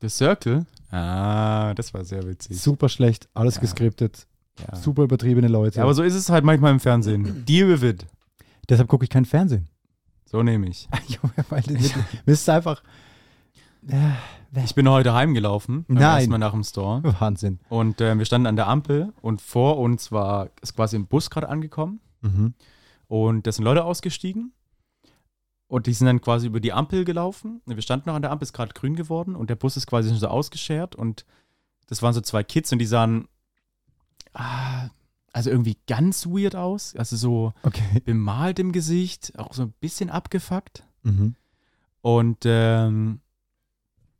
S1: The Circle? Ah, das war sehr witzig.
S2: Super schlecht, alles
S1: Ja.
S2: geskriptet,
S1: Ja.
S2: super übertriebene Leute.
S1: Ja, aber so ist es halt manchmal im Fernsehen. Deal with it.
S2: Deshalb gucke ich kein Fernsehen. [LAUGHS]
S1: So nehme ich.
S2: Junge, weil das [LAUGHS] mit- mir ist es einfach äh,
S1: Ich bin heute heimgelaufen. beim
S2: Nein.
S1: ersten Mal nach dem Store.
S2: Wahnsinn.
S1: Und äh, wir standen an der Ampel und vor uns war, ist quasi ein Bus gerade angekommen.
S2: Mhm.
S1: Und da sind Leute ausgestiegen. Und die sind dann quasi über die Ampel gelaufen. Und Wir standen noch an der Ampel, ist gerade grün geworden. Und der Bus ist quasi schon so ausgeschert. Und das waren so zwei Kids und die sahen, ah, also irgendwie ganz weird aus. Also so
S2: Okay.
S1: bemalt im Gesicht, auch so ein bisschen abgefuckt.
S2: Mhm.
S1: Und ähm,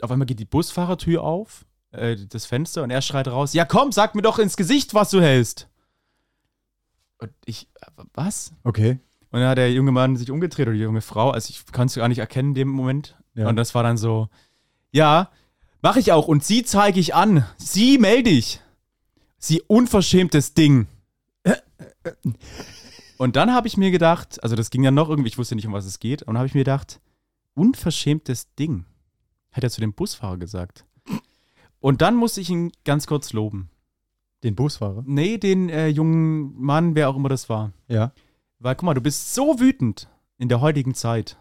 S1: auf einmal geht die Busfahrertür auf, äh, das Fenster, und er schreit raus: Ja, komm, sag mir doch ins Gesicht, was du hältst. Und ich, äh, was?
S2: Okay.
S1: Und dann hat der junge Mann sich umgedreht oder die junge Frau, also ich kann es gar nicht erkennen in dem Moment.
S2: Ja.
S1: Und das war dann so: Ja, mach ich auch. Und sie zeige ich an. Sie melde ich. Sie unverschämtes Ding. Und dann habe ich mir gedacht, also das ging ja noch irgendwie, ich wusste nicht, um was es geht, und habe ich mir gedacht, unverschämtes Ding. Hat er zu dem Busfahrer gesagt. Und dann musste ich ihn ganz kurz loben.
S2: Den Busfahrer.
S1: Nee, den äh, jungen Mann, wer auch immer das war.
S2: Ja.
S1: Weil, guck mal, du bist so wütend in der heutigen Zeit.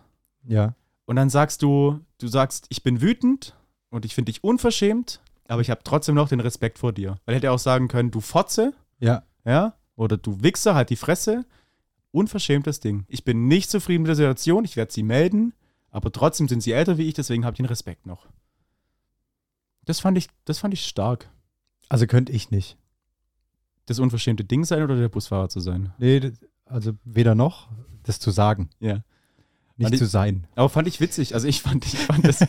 S2: Ja.
S1: Und dann sagst du, du sagst, ich bin wütend und ich finde dich unverschämt, aber ich habe trotzdem noch den Respekt vor dir. Weil hätte er auch sagen können, du Fotze,
S2: Ja.
S1: ja? Oder du Wichser, halt die Fresse. Unverschämtes Ding. Ich bin nicht zufrieden mit der Situation, ich werde sie melden, aber trotzdem sind sie älter wie ich, deswegen habe ich den Respekt noch. Das fand ich, das fand ich stark.
S2: Also könnte ich nicht.
S1: Das unverschämte Ding sein oder der Busfahrer zu sein.
S2: Nee, d- also weder noch, das zu sagen,
S1: Ja.
S2: nicht
S1: Also
S2: zu
S1: ich-
S2: sein.
S1: Aber fand ich witzig. Also ich fand, ich fand [LAUGHS] das,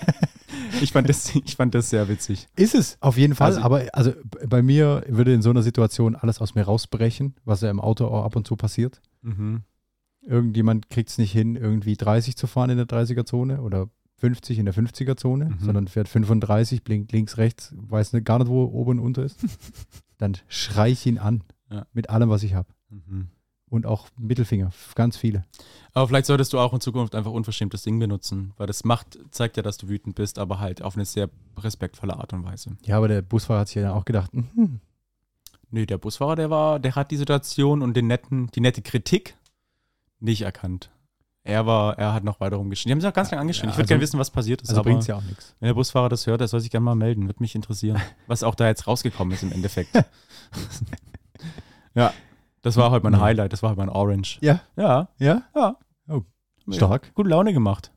S1: ich fand das, ich fand das sehr witzig.
S2: Ist es, auf jeden Fall.
S1: Also-
S2: aber also b- bei mir würde in so einer Situation alles aus mir rausbrechen, was ja im Auto auch ab und zu passiert.
S1: Mhm,
S2: Irgendjemand kriegt es nicht hin, irgendwie 30 zu fahren in der 30er-Zone oder 50 in der 50er-Zone,
S1: Mhm.
S2: sondern fährt 35, blinkt links, rechts, weiß nicht, gar nicht, wo oben und unter ist. [LAUGHS] Dann schrei ich ihn an
S1: Ja.
S2: mit allem, was ich habe.
S1: Mhm.
S2: Und auch Mittelfinger, f- ganz viele.
S1: Aber vielleicht solltest du auch in Zukunft einfach unverschämtes Ding benutzen, weil das macht, zeigt ja, dass du wütend bist, aber halt auf eine sehr respektvolle Art und Weise.
S2: Ja, aber der Busfahrer hat sich ja dann auch gedacht, mhm,
S1: Nee, der Busfahrer, der war, der hat die Situation und den netten, die nette Kritik nicht erkannt. Er war, er hat noch weiter rumgeschrien. Die haben sich auch ganz lange angeschrien.
S2: Ja,
S1: ich würde
S2: also-
S1: gerne wissen, was passiert ist.
S2: also
S1: aber
S2: bringt es ja auch nichts.
S1: wenn der Busfahrer das hört, der soll sich gerne mal melden. Würde mich
S2: [LAUGHS]
S1: interessieren, was auch da jetzt rausgekommen ist im Endeffekt. ja, das war heute mein
S2: Ja.
S1: Highlight. Das war heute mein Orange.
S2: Ja.
S1: Ja,
S2: Ja?
S1: ja.
S2: Oh,
S1: Ja,
S2: stark.
S1: Gute Laune gemacht.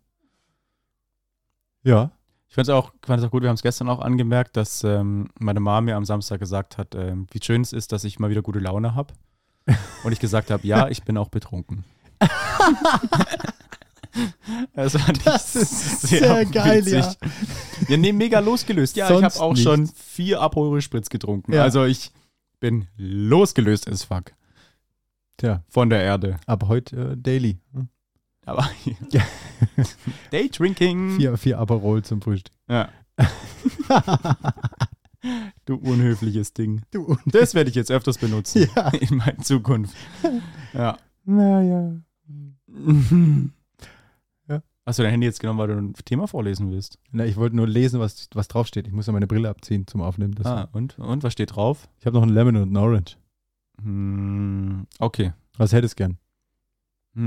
S2: Ja.
S1: Ich fand es auch, ich fand's auch gut, wir haben es gestern auch angemerkt, dass ähm, meine Mama mir am Samstag gesagt hat, ähm, wie schön es ist, dass ich mal wieder gute Laune
S2: [LAUGHS]
S1: habe. Und ich gesagt habe, ja, ich bin auch betrunken. das fand ich
S2: Das ist sehr geil, ja.
S1: witzig. Ja, nee, mega losgelöst. Ja, ich
S2: Sonst
S1: habe auch
S2: nichts.
S1: schon vier Abholspritz getrunken.
S2: Ja.
S1: Also ich bin losgelöst as fuck
S2: Tja,
S1: von der Erde.
S2: ab heute äh, daily. Hm? [LAUGHS]
S1: Aber
S2: Ja.
S1: Day Drinking.
S2: Vier, vier Aperol zum Frühstück.
S1: Hm. Ja, du unhöfliches Ding.
S2: [LAUGHS] [LAUGHS] du und
S1: Das werde ich jetzt öfters benutzen [LAUGHS]
S2: Ja.
S1: in meiner Zukunft. Ja.
S2: Naja. Ja.
S1: Hast du dein Handy jetzt genommen, weil du ein Thema vorlesen willst?
S2: Na, ich wollte nur lesen, was, was draufsteht. Ich muss ja meine Brille abziehen zum Aufnehmen. Das,
S1: Ah, und? Und was steht drauf?
S2: Ich habe noch einen Lemon und einen Orange.
S1: Hm, okay.
S2: Was hättest du gern?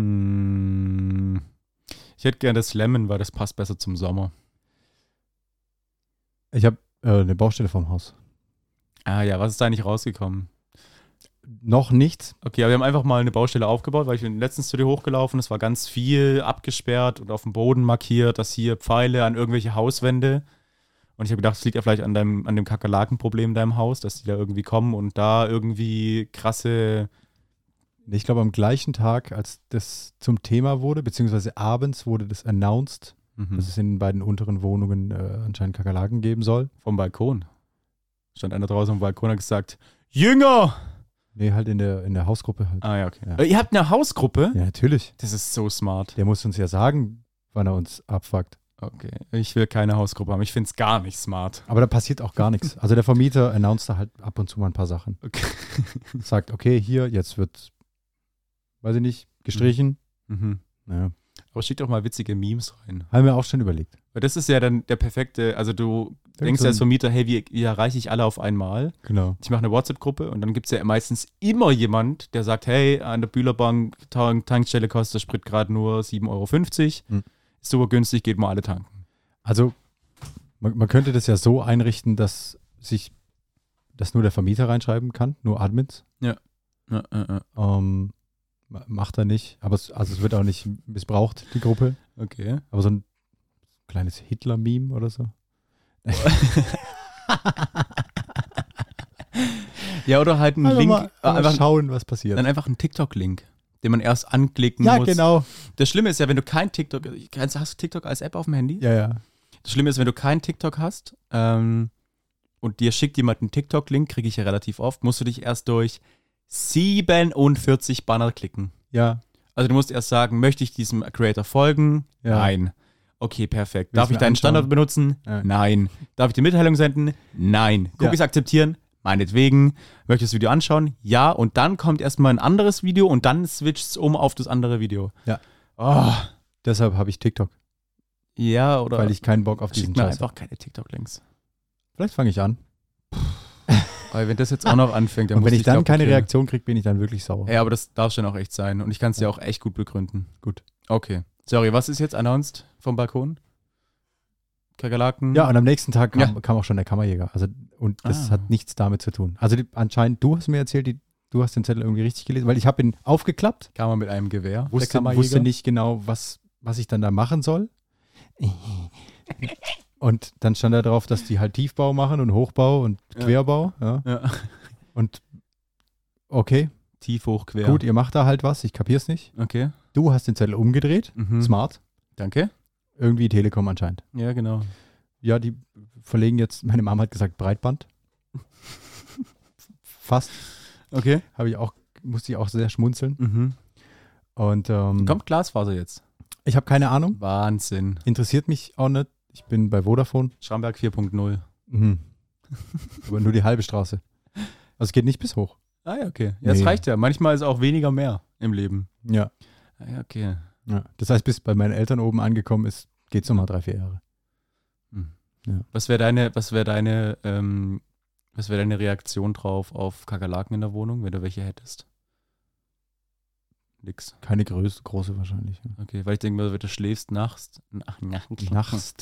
S1: Hm, ich hätte gerne das Lemon, weil das passt besser zum Sommer.
S2: Ich habe äh, eine Baustelle vom Haus.
S1: Ah ja, was ist da nicht rausgekommen?
S2: Noch nichts.
S1: Okay, aber wir haben einfach mal eine Baustelle aufgebaut, weil ich bin letztens zu dir hochgelaufen. Es war ganz viel abgesperrt und auf dem Boden markiert, dass hier Pfeile an irgendwelche Hauswände. Und ich habe gedacht, es liegt ja vielleicht an, deinem, an dem Kakerlakenproblem in deinem Haus, dass die da irgendwie kommen und da irgendwie krasse.
S2: Ich glaube, am gleichen Tag, als das zum Thema wurde, beziehungsweise abends wurde das announced,
S1: Mhm.
S2: dass es in den beiden unteren Wohnungen äh, anscheinend Kakerlaken geben soll.
S1: Vom Balkon. Stand einer draußen am Balkon und hat gesagt: Jünger!
S2: Nee, halt in der, in der Hausgruppe halt.
S1: Ah ja, okay.
S2: Ja.
S1: Äh, Ihr habt eine Hausgruppe?
S2: Ja, natürlich.
S1: Das ist so smart.
S2: Der muss uns ja sagen, wann er uns abfuckt.
S1: Okay. Ich will keine Hausgruppe haben. Ich finde es gar nicht smart.
S2: Aber da passiert auch gar nichts. Also der Vermieter announced da halt ab und zu mal ein paar Sachen.
S1: Okay.
S2: Sagt, okay, hier, jetzt wird, weiß ich nicht, gestrichen.
S1: [LAUGHS] Mhm.
S2: Ja.
S1: Aber schick doch mal witzige Memes rein.
S2: Haben wir auch schon überlegt.
S1: Weil das ist ja dann der perfekte, also du also-
S2: Irgend
S1: denkst
S2: so
S1: als
S2: ein-
S1: Vermieter, hey, wie, wie erreiche ich alle auf einmal?
S2: Genau.
S1: Ich mache eine WhatsApp-Gruppe und dann gibt es ja meistens immer jemand, der sagt, hey, an der Bühlerbank, Tank, Tankstelle kostet der Sprit gerade nur 7,50 Euro.
S2: Hm.
S1: Ist super günstig, geht mal alle tanken.
S2: Also man, man könnte das ja so einrichten, dass sich, dass nur der Vermieter reinschreiben kann, nur Admins.
S1: Ja, ja, ja.
S2: Ähm, ma- macht er nicht. Aber es, also es wird auch nicht missbraucht, die Gruppe.
S1: Okay.
S2: Aber so ein kleines Hitler-Meme oder so.
S1: Ja, oder halt einen
S2: Also
S1: Link,
S2: mal,
S1: äh,
S2: mal
S1: einfach,
S2: schauen, was passiert.
S1: dann einfach einen TikTok-Link, den man erst anklicken
S2: Ja,
S1: muss.
S2: genau.
S1: Das Schlimme ist ja, wenn du kein TikTok, kannst, hast du TikTok als App auf dem Handy?
S2: Ja, ja.
S1: Das Schlimme ist, wenn du keinen TikTok hast ähm, und dir schickt jemand einen TikTok-Link, kriege ich ja relativ oft, musst du dich erst durch 47 Banner klicken.
S2: Ja.
S1: Also du musst erst sagen, möchte ich diesem Creator folgen?
S2: Ja.
S1: Nein. Okay, perfekt.
S2: Willst
S1: Darf
S2: du
S1: ich
S2: mir
S1: deinen
S2: anschauen?
S1: Standard benutzen?
S2: Ja.
S1: Nein. Darf ich die Mitteilung senden? Nein.
S2: Ja.
S1: Cookies akzeptieren? Meinetwegen. Möchtest du das Video anschauen? Ja. Und dann kommt erstmal ein anderes Video und dann switcht es um auf das andere Video.
S2: Ja.
S1: Oh,
S2: Deshalb habe ich TikTok.
S1: ja, oder?
S2: weil ich keinen Bock auf diesen
S1: schick mir
S2: Scheiß
S1: einfach keine TikTok-Links.
S2: Vielleicht fange ich an.
S1: Aber wenn das jetzt auch noch anfängt, dann
S2: und
S1: muss
S2: wenn ich dann
S1: glaub,
S2: keine
S1: okay.
S2: Reaktion kriege, bin ich dann wirklich sauer.
S1: Ja, aber das darf schon auch echt sein. Und ich kann es ja auch echt gut begründen.
S2: Gut.
S1: Okay. Sorry, was ist jetzt announced vom Balkon? Kakerlaken?
S2: Ja, und am nächsten Tag kam,
S1: Ja.
S2: kam auch schon der Kammerjäger. Also, und das
S1: Ah.
S2: hat nichts damit zu tun. Also die, anscheinend, du hast mir erzählt, die Du hast den Zettel irgendwie richtig gelesen, weil ich habe ihn aufgeklappt,
S1: Kam man mit einem Gewehr?
S2: wusste,
S1: der
S2: wusste
S1: Kammerjäger?
S2: nicht genau, was, was ich dann da machen soll. [LAUGHS] Und dann stand da drauf, dass die halt Tiefbau machen und Hochbau und
S1: Ja.
S2: Querbau. Ja.
S1: Ja.
S2: Und okay,
S1: Tief, hoch, quer.
S2: gut, ihr macht da halt was, ich kapier's nicht.
S1: Okay.
S2: Du hast den Zettel umgedreht,
S1: Mhm.
S2: smart,
S1: Danke.
S2: irgendwie Telekom anscheinend.
S1: Ja, genau.
S2: Ja, die verlegen jetzt, [LAUGHS] meine Mama hat gesagt Breitband. Fast,
S1: Okay.
S2: habe ich auch, musste ich auch sehr schmunzeln.
S1: Mhm.
S2: Und ähm,
S1: Kommt Glasfaser jetzt.
S2: ich habe keine Ahnung,
S1: Wahnsinn.
S2: interessiert mich auch nicht. Ich bin bei Vodafone,
S1: Schramberg 4.0.
S2: mhm. aber nur die halbe Straße. Also es geht nicht bis hoch.
S1: Ah ja, okay. Ja, das
S2: Nee.
S1: reicht ja. Manchmal ist auch weniger mehr im Leben.
S2: Ja.
S1: Ah, ja, okay.
S2: ja. Das heißt, bis bei meinen Eltern oben angekommen ist, geht es nochmal drei, vier Jahre.
S1: Was wäre deine, was wäre deine, ähm, was wäre deine Reaktion drauf auf Kakerlaken in der Wohnung, wenn du welche hättest? Nix.
S2: Keine Größe, große wahrscheinlich. Ja.
S1: Okay, weil ich denke mal, wenn du schläfst nachts, nach, nach,
S2: Nachts.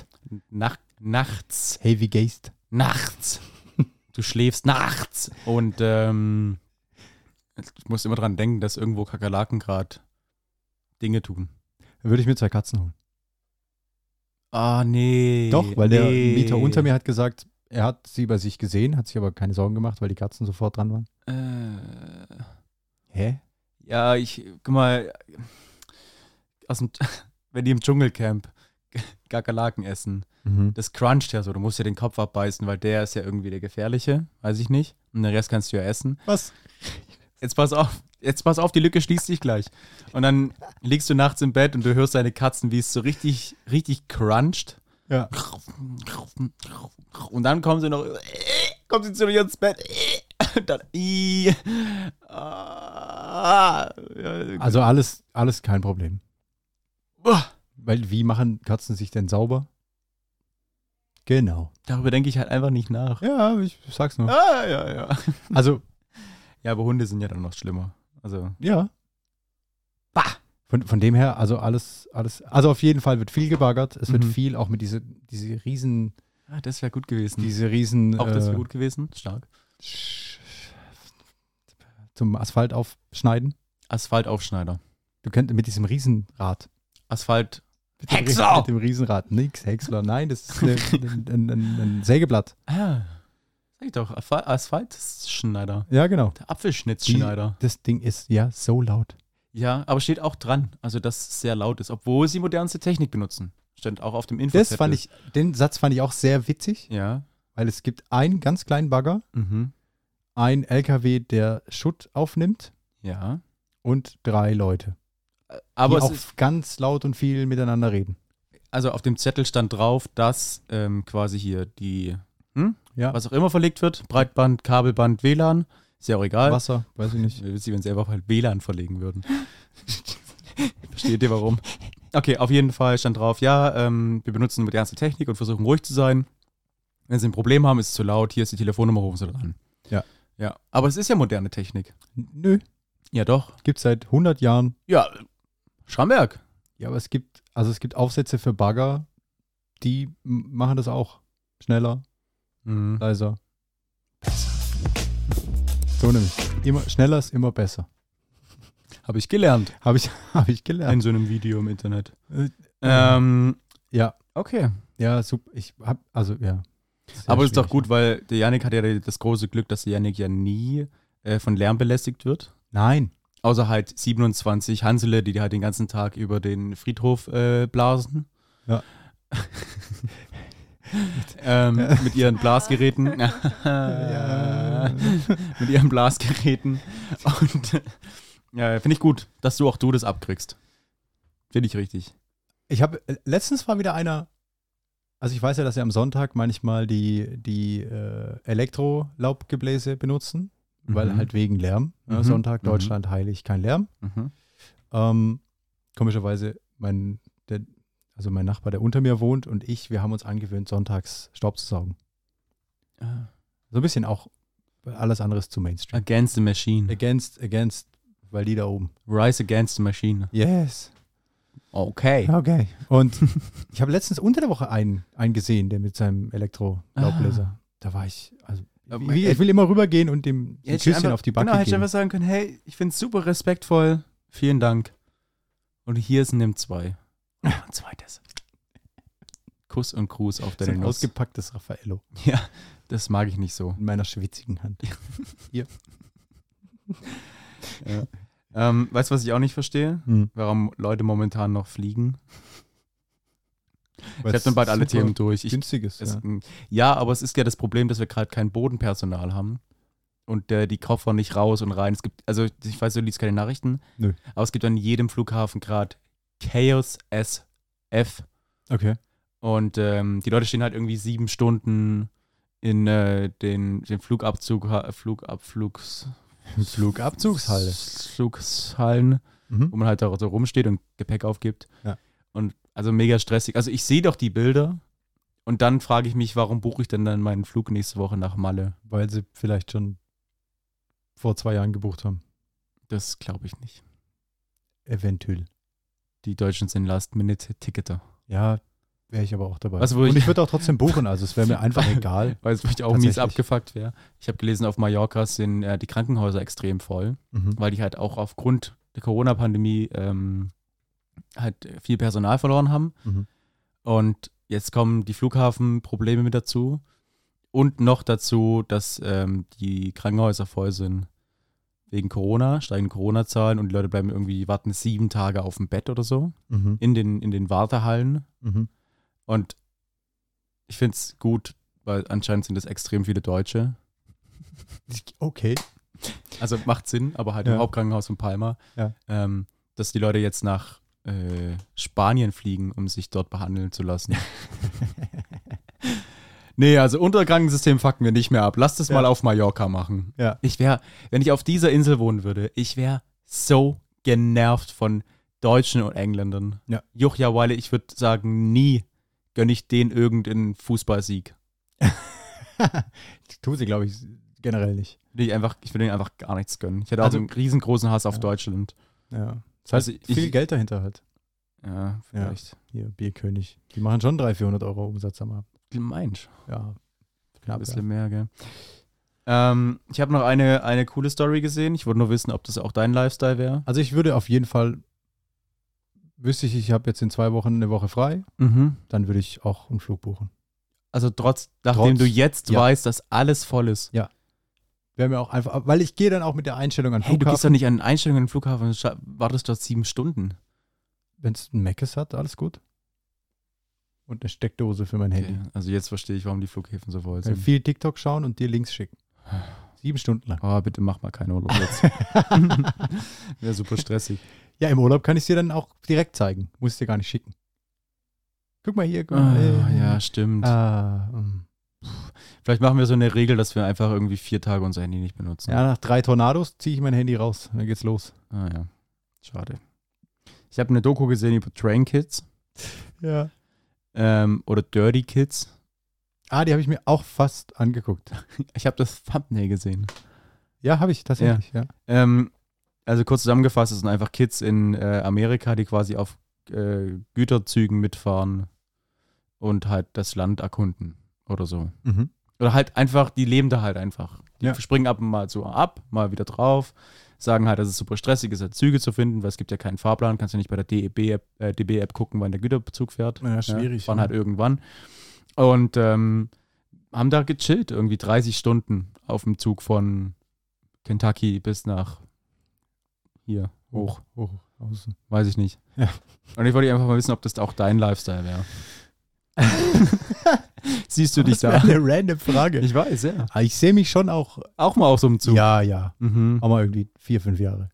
S1: nach, nachts,
S2: Heavy Geist.
S1: nachts. Du schläfst nachts und ähm, ich muss immer dran denken, dass irgendwo Kakerlaken gerade Dinge tun.
S2: Würde ich mir zwei Katzen holen.
S1: Ah, nee.
S2: Doch, weil der
S1: nee.
S2: Mieter unter mir hat gesagt, er hat sie bei sich gesehen, hat sich aber keine Sorgen gemacht, weil die Katzen sofort dran waren.
S1: Äh,
S2: Hä?
S1: Ja, ich, guck mal, aus dem, [LAUGHS] wenn die im Dschungelcamp [LAUGHS] Kakerlaken essen,
S2: Mhm.
S1: das cruncht ja so, du musst ja den Kopf abbeißen, weil der ist ja irgendwie der gefährliche, weiß ich nicht. Und den Rest kannst du ja essen.
S2: Was?
S1: Jetzt pass auf, jetzt pass auf, die Lücke schließt sich gleich. Und dann liegst du nachts im Bett und du hörst deine Katzen, wie es so richtig, richtig cruncht.
S2: Ja.
S1: Und dann kommen sie noch, kommen sie zu dir ins Bett. Und dann, [LAUGHS] ih, ah, ja,
S2: Also alles, alles kein Problem.
S1: Boah.
S2: Weil wie machen Katzen sich denn sauber? Genau.
S1: Darüber denke ich halt einfach nicht nach.
S2: Ja, ich sag's nur.
S1: Ah, ja, ja.
S2: Also,
S1: [LAUGHS] Ja, aber Hunde sind ja dann noch schlimmer. Also,
S2: ja.
S1: Bah.
S2: Von, von dem her, also alles, alles, also auf jeden Fall wird viel gebaggert. Es wird
S1: Mhm.
S2: viel auch mit diese, diese riesen,
S1: ah, das wäre gut gewesen.
S2: diese riesen
S1: Auch das
S2: äh,
S1: wäre gut gewesen. Stark.
S2: Sch- zum Asphalt aufschneiden.
S1: Asphaltaufschneider.
S2: Du könnt mit diesem Riesenrad.
S1: Asphalt.
S2: Mit dem
S1: Häcksler!
S2: Rie- Mit dem Riesenrad. Nix, Häcksler. Nein, das
S1: [LAUGHS]
S2: ist äh, ein, ein, ein, ein Sägeblatt.
S1: Ah, sag ich doch. Aspha- Asphaltschneider.
S2: Ja, genau.
S1: Der Apfelschnitzschneider.
S2: Das Ding ist ja so laut.
S1: Ja, aber steht auch dran. Also, dass es sehr laut ist, obwohl sie modernste Technik benutzen. Stand auch auf dem Infozettel.
S2: Das fand ich, den Satz fand ich auch sehr witzig,
S1: Ja.
S2: weil es gibt einen ganz kleinen Bagger,
S1: Mhm.
S2: einen LKW, der Schutt aufnimmt
S1: Ja.
S2: und drei Leute,
S1: Aber
S2: die
S1: es
S2: auch
S1: ist,
S2: ganz laut und viel miteinander reden.
S1: also auf dem Zettel stand drauf, dass ähm, quasi hier die hm?
S2: Ja,
S1: was auch immer verlegt wird, Breitband, Kabelband, WLAN, ist ja auch egal.
S2: Wasser, weiß ich nicht.
S1: Wäre Witzig, wenn sie einfach halt WLAN verlegen würden. [LAUGHS] Versteht ihr warum? Okay, auf jeden Fall stand drauf, ja, ähm, wir benutzen modernste Technik und versuchen ruhig zu sein. Wenn sie ein Problem haben, ist es zu laut, hier ist die Telefonnummer, rufen sie dann an.
S2: Ja.
S1: Ja, aber es ist ja moderne Technik.
S2: Nö,
S1: Ja, doch.
S2: gibt seit 100 Jahren
S1: Ja, Schramberg.
S2: Ja, aber es gibt, also es gibt Aufsätze für Bagger, die m- machen das auch. Schneller,
S1: Mhm.
S2: leiser. So nämlich. Immer, schneller ist immer besser.
S1: Habe ich gelernt
S2: Habe ich, [LAUGHS] hab ich gelernt.
S1: in so einem Video im Internet.
S2: Äh,
S1: Ähm,
S2: Ja,
S1: okay.
S2: ja, super. Ich hab, also ja. Sehr
S1: Aber es ist doch
S2: schwierig.
S1: gut, weil der Janik hat ja das große Glück, dass der Janik ja nie äh, von Lärm belästigt wird.
S2: Nein.
S1: Außer halt 27 Hansele, die halt den ganzen Tag über den Friedhof äh, blasen.
S2: Ja.
S1: [LAUGHS] ähm, Mit ihren Blasgeräten. Mit ihren Blasgeräten. Und äh, finde ich gut, dass du auch du das abkriegst. Finde ich richtig.
S2: Ich habe letztens war wieder einer, also ich weiß ja, dass sie am Sonntag manchmal die, die äh, Elektrolaubgebläse benutzen, weil
S1: Mhm.
S2: halt wegen Lärm. ne?
S1: Mhm.
S2: Sonntag,
S1: Mhm.
S2: Deutschland, heilig, kein Lärm.
S1: Mhm.
S2: Ähm, komischerweise, mein, der, also mein Nachbar, der unter mir wohnt und ich, wir haben uns angewöhnt, sonntags Staub zu saugen. Äh,
S1: Ah.
S2: So ein bisschen auch, weil alles andere ist zu Mainstream.
S1: Against the Machine.
S2: Against, against, weil die da oben.
S1: Rise against the Machine.
S2: Yes.
S1: Okay.
S2: Okay. Und
S1: Ah.
S2: ich habe letztens unter der Woche einen, einen gesehen, der mit seinem Elektrolaubbläser. Da war ich, also
S1: Aber
S2: Wie, ich will immer rübergehen und dem ein
S1: Äh, hätte ich
S2: Küsschen
S1: einfach-
S2: auf die Backe
S1: Genau, hätte ich
S2: geben.
S1: einfach sagen können, hey, ich finde es super respektvoll, vielen Dank. Und hier sind nimm zwei. Und zweites. Kuss und Gruß auf
S2: So
S1: deine
S2: ein
S1: Nuss.
S2: ausgepacktes Raffaello
S1: Ja, das mag ich nicht so.
S2: in meiner
S1: [LAUGHS]
S2: schwitzigen Hand.
S1: Ähm, weißt du, was ich auch nicht verstehe?
S2: Hm.
S1: Warum Leute momentan noch fliegen? Ich habe dann bald alle Themen durch. Ich,
S2: Günstiges.
S1: es,
S2: Ja.
S1: m, ja, aber es ist ja das Problem, dass wir gerade kein Bodenpersonal haben. Und äh, die Koffer nicht raus und rein. Es gibt, also ich weiß, du liest keine Nachrichten.
S2: Nö.
S1: Aber es gibt an jedem Flughafen gerade Chaos SF.
S2: Okay.
S1: Und ähm, die Leute stehen halt irgendwie sieben Stunden in äh, den, den Flugabzug, ha- Flugabflugs,
S2: Flugabzugshalle.
S1: Flugshallen, wo
S2: Mhm.
S1: man halt da so rumsteht und Gepäck aufgibt.
S2: Ja.
S1: Und also mega stressig. Also ich sehe doch die Bilder und dann frage ich mich, warum buche ich denn dann meinen Flug nächste Woche nach Malle?
S2: Weil sie vielleicht schon vor zwei Jahren gebucht haben.
S1: Das glaube ich nicht.
S2: Eventuell.
S1: Die Deutschen sind Last-Minute-Ticketer.
S2: Ja, wäre ich aber auch dabei.
S1: Was, Also wo
S2: und
S1: ich-
S2: ich, würde auch trotzdem buchen, also es
S1: [LAUGHS]
S2: wäre mir einfach egal.
S1: Weil es mich auch mies
S2: Tatsächlich.
S1: abgefuckt wäre. Ich habe gelesen, auf Mallorca sind äh, die Krankenhäuser extrem voll.
S2: Mhm.
S1: weil die halt auch aufgrund der Corona-Pandemie ähm, halt viel Personal verloren haben.
S2: Mhm.
S1: Und jetzt kommen die Flughafenprobleme mit dazu. Und noch dazu, dass ähm, die Krankenhäuser voll sind. Wegen Corona, steigende Corona-Zahlen und die Leute bleiben irgendwie, warten sieben Tage auf dem Bett oder so.
S2: Mhm.
S1: In den, in den Wartehallen.
S2: Mhm.
S1: Und ich finde es gut, weil anscheinend sind das extrem viele Deutsche.
S2: [LAUGHS] Okay.
S1: Also macht Sinn, aber halt
S2: Ja.
S1: im Hauptkrankenhaus von Palma,
S2: Ja.
S1: ähm, dass die Leute jetzt nach äh, Spanien fliegen, um sich dort behandeln zu
S2: [LAUGHS]
S1: lassen. nee, also Unterkrankensystem fucken wir nicht mehr ab. Lass das
S2: Ja.
S1: mal auf Mallorca machen.
S2: Ja.
S1: Ich wäre, wenn ich auf dieser Insel wohnen würde, ich wäre so genervt von Deutschen und Engländern.
S2: Ja.
S1: Juchja Weile, ich würde sagen, nie gönne ich denen irgendeinen Fußballsieg.
S2: Tun sie, glaube ich, generell nicht.
S1: Ich, einfach, ich würde ihnen einfach gar nichts gönnen. Ich hätte
S2: Also-
S1: auch einen riesengroßen Hass auf
S2: Ja.
S1: Deutschland.
S2: Ja. Das heißt,
S1: Also ich-
S2: viel Geld dahinter hat.
S1: Ja, vielleicht.
S2: Hier, Bierkönig. Die machen schon 300, 400 Euro Umsatz am Abend.
S1: Mensch,
S2: Ja.
S1: ein
S2: Knapp,
S1: bisschen mehr, gell? Ähm, ich habe noch eine, eine coole Story gesehen. Ich wollte nur wissen, ob das auch dein Lifestyle wäre.
S2: Also ich würde auf jeden Fall, wüsste ich, ich habe jetzt in zwei Wochen eine Woche frei, dann würde ich auch einen Flug buchen.
S1: Also trotz, nachdem
S2: Trotz-
S1: du jetzt
S2: ja.
S1: weißt, dass alles voll ist.
S2: Wäre mir auch einfach, weil ich gehe dann auch mit der Einstellung an
S1: Hey, du
S2: Flughafen.
S1: gehst doch nicht an Einstellungen im Flughafen und scha- wartest dort sieben Stunden.
S2: Wenn es ein Meckes hat, alles gut. Und eine Steckdose für mein Handy.
S1: Okay, Also jetzt verstehe ich, warum die Flughäfen so voll
S2: Dann
S1: sind.
S2: viel TikTok schauen und dir Links
S1: [SIGHS]
S2: schicken. Sieben Stunden lang. [LAUGHS]
S1: Oh, bitte mach mal keinen Urlaub jetzt. wäre super stressig.
S2: ja, im Urlaub kann ich es dir dann auch direkt zeigen. Muss ich dir gar nicht schicken. Guck mal hier. Guck
S1: Ah,
S2: mal, äh,
S1: ja, stimmt.
S2: Ah, mm.
S1: Vielleicht machen wir so eine Regel, dass wir einfach irgendwie vier Tage unser Handy nicht benutzen.
S2: ja, nach drei Tornados ziehe ich mein Handy raus. Dann geht's los.
S1: Ah ja, schade. Ich habe eine Doku gesehen über Train Kids
S2: Ja.
S1: ähm, oder Dirty Kids.
S2: Ah, die habe ich mir auch fast angeguckt.
S1: Ich habe das Thumbnail gesehen.
S2: Ja, habe ich tatsächlich, ja.
S1: Ähm, also kurz zusammengefasst, es sind einfach Kids in äh, Amerika, die quasi auf äh, Güterzügen mitfahren und halt das Land erkunden oder so.
S2: Mhm.
S1: Oder halt einfach, die leben da halt einfach. Die
S2: Ja.
S1: springen ab und mal so ab, mal wieder drauf, sagen halt, dass es super stressig ist, halt Züge zu finden, weil es gibt ja keinen Fahrplan, kannst ja nicht bei der DEB-App äh, DB gucken, wann der Güterzug fährt.
S2: Ja,
S1: Ja, waren halt irgendwann. Und ähm, haben da gechillt, irgendwie 30 Stunden auf dem Zug von Kentucky bis nach hier hoch,
S2: hoch, hoch, außen.
S1: weiß ich nicht.
S2: Ja.
S1: Und ich wollte einfach mal wissen, ob das auch dein Lifestyle
S2: [LAUGHS]
S1: wäre. Siehst du dich da?
S2: eine random Frage.
S1: Ich weiß, ja.
S2: Ah, Ich sehe mich schon auch.
S1: Auch mal auf so einem Zug.
S2: Ja, ja.
S1: Mhm.
S2: Aber irgendwie vier, fünf Jahre.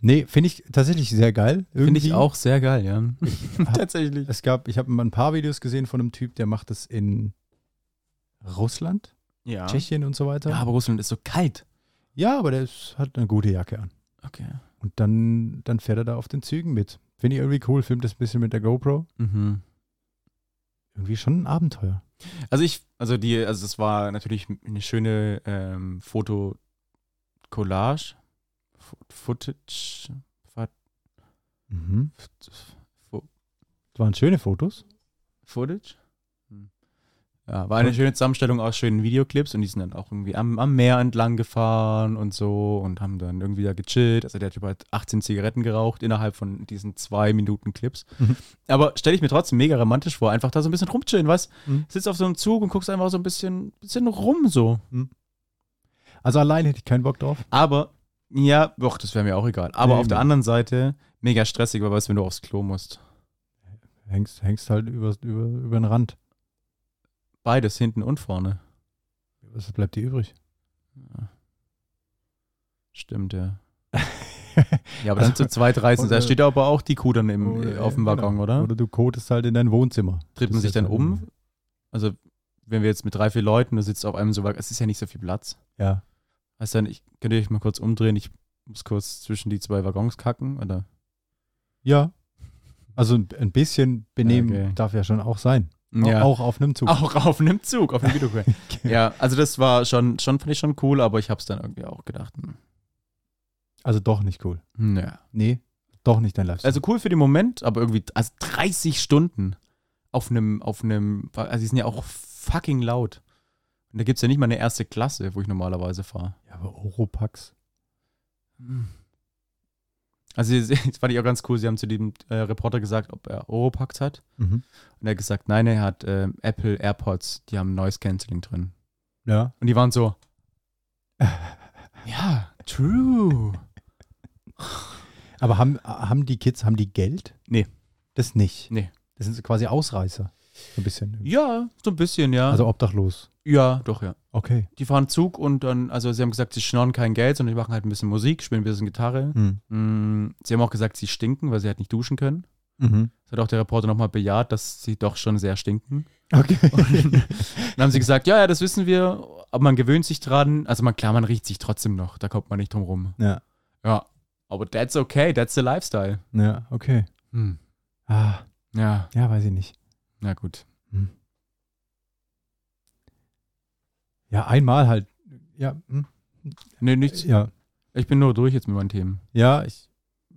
S2: Nee, finde ich tatsächlich sehr geil.
S1: Finde
S2: Irgendwie.
S1: ich auch sehr geil, ja.
S2: [LAUGHS]
S1: Tatsächlich.
S2: Es gab, ich habe mal ein paar Videos gesehen von einem Typ, der macht das in Russland,
S1: Ja.
S2: Tschechien und so weiter.
S1: ja, aber Russland ist so kalt.
S2: Ja, aber der ist, hat eine gute Jacke an.
S1: Okay.
S2: Und dann, dann fährt er da auf den Zügen mit. Finde ich irgendwie cool, filmt das ein bisschen mit der GoPro.
S1: Mhm.
S2: Irgendwie schon ein Abenteuer.
S1: Also ich, also die, also es war natürlich eine schöne ähm, Foto-Collage, Fo- Footage, Fat-
S2: Mhm.
S1: Fo-
S2: Das waren schöne Fotos.
S1: Footage. Hm. Ja, war eine schöne Zusammenstellung aus schönen Videoclips und die sind dann auch irgendwie am, am Meer entlang gefahren und so und haben dann irgendwie da gechillt. Also der Typ hat 18 Zigaretten geraucht innerhalb von diesen zwei Minuten Clips.
S2: Mhm.
S1: Aber stelle ich mir trotzdem mega romantisch vor, einfach da so ein bisschen rumchillen, weißt
S2: Mhm.
S1: Sitzt auf so einem Zug und guckst einfach so ein bisschen, bisschen rum so.
S2: Also allein hätte ich keinen Bock drauf.
S1: Aber, ja, doch, das wäre mir auch egal. Aber
S2: Nee,
S1: auf der
S2: nee.
S1: anderen Seite mega stressig, weil weißt du, wenn du aufs Klo musst.
S2: Hängst, hängst halt über, über, über den Rand.
S1: Beides, hinten und vorne.
S2: Was bleibt dir übrig?
S1: Ja. Stimmt, ja. Ja, aber dann zu zweit
S2: [LAUGHS]
S1: reißen. Da
S2: Oder-
S1: steht aber auch die Kuh dann im, äh,
S2: Oder-
S1: auf dem
S2: äh, ja,
S1: Waggon,
S2: genau.
S1: oder?
S2: Oder du kotest halt in dein Wohnzimmer.
S1: Dreht man
S2: Das ist
S1: sich
S2: jetzt
S1: dann
S2: halt
S1: um?
S2: irgendwie-
S1: Also, wenn wir jetzt mit drei, vier Leuten, du sitzt auf einem so Waggon, es ist ja nicht so viel Platz.
S2: Ja.
S1: Heißt dann, ich könnte euch mal kurz umdrehen, ich muss kurz zwischen die zwei Waggons kacken, oder?
S2: Ja. Also ein- ein bisschen Benehmen
S1: Okay.
S2: darf ja schon auch sein.
S1: Auch,
S2: Auch auch auf einem Zug.
S1: auch auf einem Zug, auf einem
S2: [LAUGHS]
S1: Videocall. ja, also das war schon, schon fand ich schon cool, aber ich hab's dann irgendwie auch gedacht, hm,
S2: Also doch nicht cool.
S1: naja.
S2: Nee, doch nicht dein Lifestyle.
S1: Also cool für den Moment, aber irgendwie, also 30 Stunden auf einem, auf einem, also die sind ja auch fucking laut. Und da gibt es ja nicht mal eine erste Klasse, wo ich normalerweise fahre.
S2: ja, aber Oropax.
S1: Also [LAUGHS] das fand ich auch ganz cool, sie haben zu dem äh, Reporter gesagt, ob er Oropax hat.
S2: Mhm.
S1: Und er hat gesagt, nein, er hat ähm, Apple AirPods, die haben Noise Cancelling drin.
S2: Ja.
S1: Und die waren so, [LAUGHS] ja, true.
S2: Aber haben, haben die Kids, haben die Geld?
S1: Nee.
S2: Das nicht?
S1: Nee.
S2: Das sind so quasi Ausreißer. So ein bisschen.
S1: Ja, so ein bisschen, ja.
S2: Also obdachlos.
S1: ja, doch, ja.
S2: Okay.
S1: die fahren Zug und dann, also sie haben gesagt, sie schnorren kein Geld, sondern die machen halt ein bisschen Musik, spielen ein bisschen Gitarre.
S2: Mhm.
S1: Mm, Sie haben auch gesagt, sie stinken, weil sie halt nicht duschen können.
S2: Mhm.
S1: Das hat auch der Reporter nochmal bejaht, dass sie doch schon sehr stinken.
S2: Okay. [LAUGHS]
S1: Dann haben sie gesagt, ja, ja, das wissen wir, aber man gewöhnt sich dran. Also man, klar, man riecht sich trotzdem noch, da kommt man nicht drum rum.
S2: ja.
S1: Ja, aber that's okay, that's the lifestyle.
S2: Ja, okay.
S1: Hm.
S2: Ah,
S1: Ja,
S2: ja, weiß ich nicht.
S1: na gut.
S2: Ja, einmal halt. Ja, hm.
S1: Nee, nichts.
S2: ja.
S1: Ich bin nur durch jetzt mit meinen Themen.
S2: ja ich,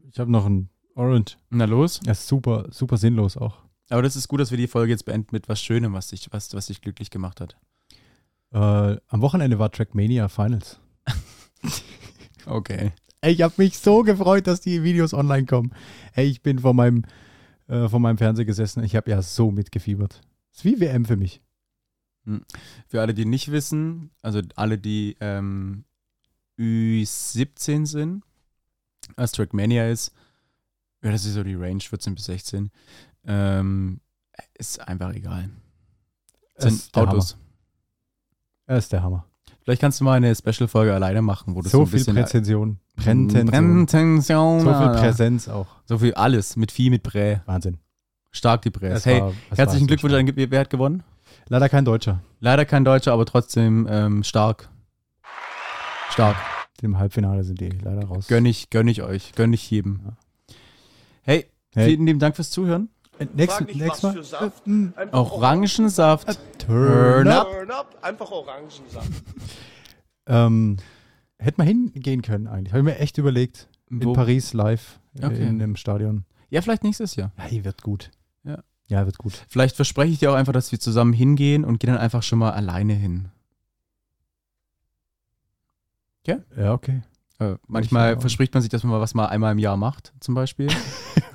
S2: ich habe noch ein Orange.
S1: Na los.
S2: Das ist super, super sinnlos auch.
S1: Aber das ist gut, dass wir die Folge jetzt beenden mit was Schönem, was dich, was, was dich glücklich gemacht hat.
S2: Äh, am Wochenende war Trackmania Finals.
S1: Okay.
S2: Ey, ich habe mich so gefreut, dass die Videos online kommen. Ey, ich bin vor meinem, äh, vor meinem Fernseher gesessen. Ich habe ja so mitgefiebert. Ist wie WM für mich.
S1: Für alle, die nicht wissen, also alle, die ähm, Ü17 sind, als Trackmania ist, ja, das ist so die Range 14 bis 16, ähm, ist einfach egal.
S2: Es
S1: Sind
S2: der
S1: Autos.
S2: Hammer. Es ist der Hammer.
S1: Vielleicht kannst du mal eine Special-Folge alleine machen, wo du
S2: So,
S1: so, ein
S2: viel
S1: bisschen.
S2: Prätension. Prätension.
S1: Prätension.
S2: So viel Präsenz auch.
S1: So viel alles, mit Vieh, mit Prä.
S2: Wahnsinn.
S1: Stark die Prä.
S2: Es
S1: Hey,
S2: war- es war so
S1: herzlichen Glückwunsch,
S2: stark.
S1: an, wer hat gewonnen?
S2: Leider kein Deutscher.
S1: Leider kein Deutscher, aber trotzdem ähm, stark. Stark.
S2: Im Halbfinale sind die leider raus.
S1: Gönn ich, gönn ich euch, gönn ich jedem.
S2: Ja.
S1: Hey,
S2: Hey.
S1: vielen lieben Dank fürs Zuhören.
S2: Äh, nächst-
S4: Frag nicht,
S2: nächstes
S4: was
S2: Mal.
S4: für Saft.
S2: Äh, mh,
S4: Einfach
S1: Orangensaft.
S2: Turn up.
S4: Turn up, einfach Orangensaft.
S2: Ähm, hätte man hingehen können eigentlich. Habe ich mir echt überlegt. In
S1: Wo-
S2: Paris live äh,
S1: Okay.
S2: in einem Stadion.
S1: Ja, vielleicht nächstes Jahr.
S2: Hey, wird gut.
S1: Ja.
S2: Ja, wird gut.
S1: Vielleicht verspreche ich dir auch einfach, dass wir zusammen hingehen und gehen dann einfach schon mal alleine hin.
S2: Ja, okay.
S1: Äh, manchmal
S2: auch.
S1: verspricht man sich, dass man mal was mal einmal im Jahr macht, zum Beispiel.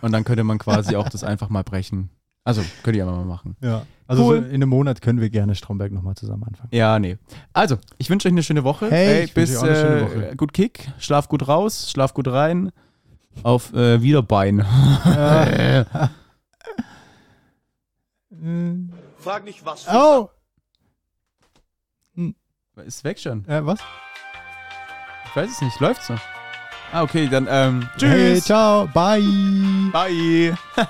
S1: und dann könnte man quasi auch
S2: [LAUGHS]
S1: das einfach mal brechen. Also, könnt ihr einfach mal machen.
S2: [LAUGHS] Ja. Also
S1: Cool.
S2: so in einem Monat können wir gerne Stromberg nochmal zusammen anfangen.
S1: Ja, nee. Also, ich wünsche euch eine schöne Woche.
S2: Hey, ich wünsche
S1: bis
S2: dir auch eine schöne
S1: äh,
S2: Woche.
S1: gut Kick, schlaf gut raus, schlaf gut rein. Auf äh, Wiederbein. [LAUGHS]
S2: [LAUGHS] Äh.
S4: Frag nicht, was für
S2: Oh!
S4: Saft.
S1: Ist weg schon.
S2: Äh, was?
S1: Ich weiß es nicht. Läuft's noch? Ah, okay, dann ähm,
S2: Hey,
S1: tschüss.
S2: ciao. Bye.
S1: Bye.